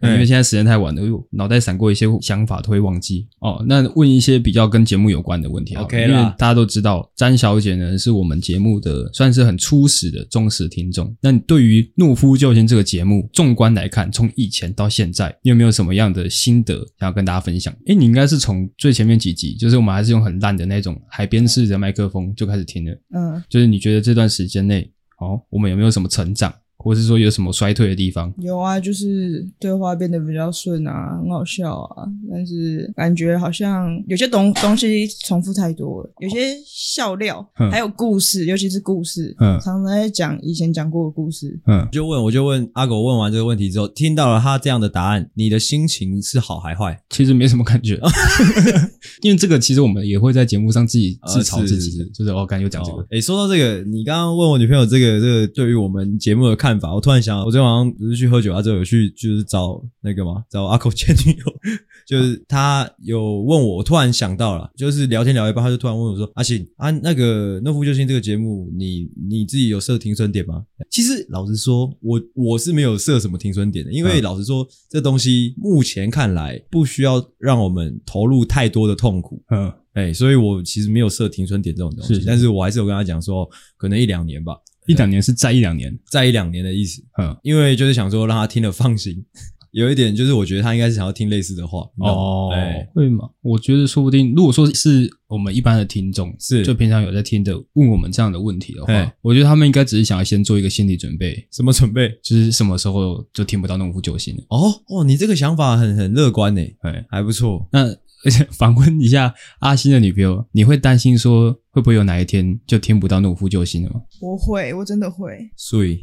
Speaker 3: 哎
Speaker 1: 因为现在时间太晚了，我脑袋闪过一些想法都会忘记。哦，那问一些比较跟节目有关的问题好了
Speaker 3: OK
Speaker 1: 因为
Speaker 3: 啦
Speaker 1: 大家都知道詹小姐呢是我们节目的算是很初始的忠实听众。那你对于《懦夫救星》这个节目，纵观来看，从以前到现在，你有没有什么样的心得想要跟大家分享？诶，你应该是从最前面几集，就是我们还是用很烂的那种海边式的麦克风就开始听了。
Speaker 2: 嗯，
Speaker 1: 就是你觉得这段时间内，哦，我们有没有什么成长，或是说有什么衰退的地方？
Speaker 2: 有啊，就是对话变得比较顺啊，很好笑啊，但是感觉好像有些东东西重复太多了，有些笑料
Speaker 1: 嗯，
Speaker 2: 还有故事，尤其是故事，
Speaker 1: 嗯
Speaker 2: 常常在讲以前讲过的故事。
Speaker 1: 嗯，
Speaker 3: 就问，我就问阿狗问完这个问题之后，听到了他这样的答案，你的心情是好还坏？
Speaker 1: 其实没什么感 觉，因为这个其实我们也会在节目上自己
Speaker 3: 啊
Speaker 1: 自嘲
Speaker 3: 是
Speaker 1: 自己
Speaker 3: 是
Speaker 1: 的，
Speaker 3: 是
Speaker 1: 就是我刚才又讲这
Speaker 3: 哦
Speaker 1: 个，
Speaker 3: 诶，说到这个，你刚刚问我女朋友这个这个对于我们节目的看办法。我突然想，我昨天晚上不是去喝酒啊，之后有去就是找那个嘛，找阿口前女友， 就是他有问我，我突然想到了，就是聊天聊一半，他就突然问我说：“阿信啊，那个《那副救星》这个节目，你你自己有设停损点吗？”其实老实说，我我是没有设什么停损点的，因为
Speaker 1: 嗯
Speaker 3: 老实说，这东西目前看来不需要让我们投入太多的痛苦。
Speaker 1: 嗯，
Speaker 3: 哎、所以我其实没有设停损点这种东西，
Speaker 1: 是是
Speaker 3: 但是我还是有跟他讲说，可能一两年吧，
Speaker 1: 一两年是再一两年，
Speaker 3: 在一两年的意思，
Speaker 1: 嗯，
Speaker 3: 因为就是想说让他听了放心。 有一点就是，我觉得他应该是想要听类似的话你知
Speaker 1: 哦
Speaker 3: 道吗哎
Speaker 1: 会吗？我觉得说不定，如果说是我们一般的听众，
Speaker 3: 是
Speaker 1: 就平常有在听的，问我们这样的问题的话
Speaker 3: 哎，
Speaker 1: 我觉得他们应该只是想要先做一个心理准备，
Speaker 3: 什么准备？
Speaker 1: 就是什么时候就听不到农夫救星了。
Speaker 3: 哦哦，你这个想法很很乐观呢，
Speaker 1: 哎，
Speaker 3: 还不错。
Speaker 1: 那 而且反问一下阿星的女朋友，你会担心说会不会有哪一天就听不到农夫救星了吗？
Speaker 2: 我会，我真的会。
Speaker 3: 所以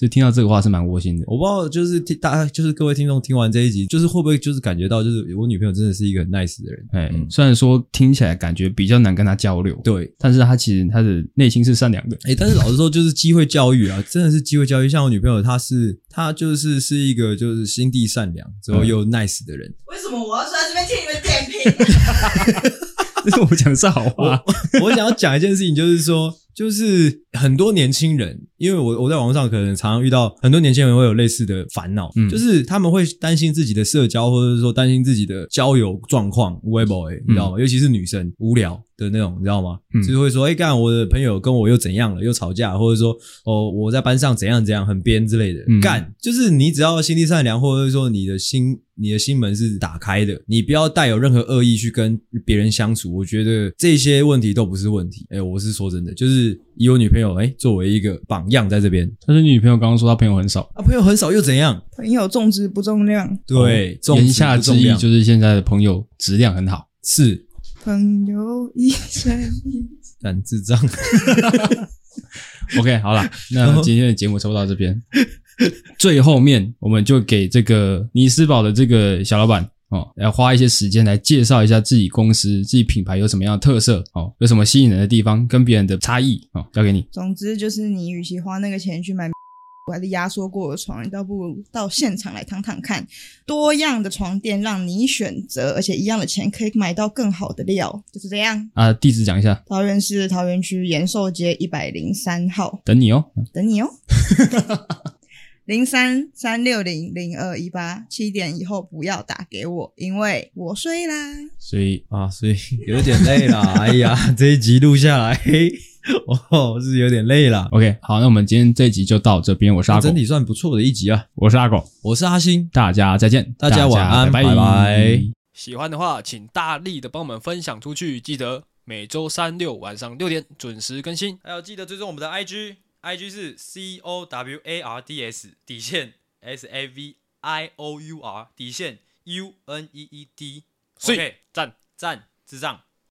Speaker 1: 就听到这个话是蛮窝心的。
Speaker 3: 我不知道，就是听大家，就是各位听众听完这一集，就是会不会就是感觉到，就是我女朋友真的是一个很 nice 的人。
Speaker 1: 哎、
Speaker 3: 嗯
Speaker 1: 虽然说听起来感觉比较难跟他交流，，
Speaker 3: 对，
Speaker 1: 但是他其实他的内心是善良 的。
Speaker 3: 哎、但是老实说，就是机会教育啊，真的是机会教育。像我女朋友，她是她就是是一个就是心地善良，之
Speaker 1: 嗯
Speaker 3: 后又 nice 的人。
Speaker 2: 为什么我要坐在这边听你们点评？
Speaker 1: 这是我讲的是好话，
Speaker 3: 我想要讲一件事情，就是说，就是很多年轻人，因为我我在网络上可能常常遇到很多年轻人会有类似的烦恼，
Speaker 1: 嗯
Speaker 3: 就是他们会担心自己的社交，或者是说担心自己的交友状况 w e b o 你知道吗？尤其是女生无聊的那种，你知道吗？
Speaker 1: 嗯
Speaker 3: 就是会说，哎、干我的朋友跟我又怎样了，又吵架，或者说哦我在班上怎样怎样很编之类的，
Speaker 1: 嗯
Speaker 3: 干就是你只要心地善良，或者说你的心你的心门是打开的，你不要带有任何恶意去跟别人相处，我觉得这些问题都不是问题。哎、我是说真的，就是以我女朋友哎、作为一个榜样在这边，
Speaker 1: 但是你女朋友刚刚说她朋友很少，
Speaker 3: 啊朋友很少又怎样？哦
Speaker 2: 朋友重质不重量，
Speaker 3: 对，重
Speaker 1: 哦言
Speaker 3: 质
Speaker 1: 下
Speaker 3: 不
Speaker 1: 之
Speaker 3: 重
Speaker 1: 意
Speaker 3: 量
Speaker 1: 就是现在的朋友质量很 好。
Speaker 3: 是
Speaker 2: 朋友一生一。
Speaker 3: 但智障。
Speaker 1: OK，好了，那今天的节目差不多到这边， 最后面我们就给这个尼斯堡的这个小老板。哦，来花一些时间来介绍一下自己公司、自己品牌有什么样的特色哦，有什么吸引人的地方，跟别人的差异哦，交给你。
Speaker 2: 总之就是，你与其花那个钱去买，我还是压缩过的床，你倒不如到现场来躺躺看。多样的床垫让你选择，而且一样的钱可以买到更好的料，就是这样。
Speaker 1: 啊，地址讲一下，
Speaker 2: 桃园市桃园区延寿街一百零三号，
Speaker 1: 等你哦。
Speaker 3: 啊
Speaker 2: 等你哦。零三三六零零二一八，七点以后不要打给我，因为我睡啦。
Speaker 1: 所以
Speaker 3: 啊，所以有点累啦。哎呀，这一集录下来，嘿哦，是有点累 啦。啊
Speaker 1: OK，好，那我们今天这一集就到这边。我是阿狗
Speaker 3: 整，体算不错哦的一集啊。
Speaker 1: 我是阿狗，
Speaker 3: 我是阿星，
Speaker 1: 大家再见，
Speaker 3: 大家晚安
Speaker 1: 拜
Speaker 3: 拜拜
Speaker 1: 喜欢的话，请大力的帮我们分享出去，记得每周三六晚上六点准时更新。
Speaker 4: 还有记得追踪我们的 IG，IG 是 C O W A R D S 底线 S A V I O U R 底线 U N E E D。
Speaker 1: 所以
Speaker 4: OK，赞赞智障。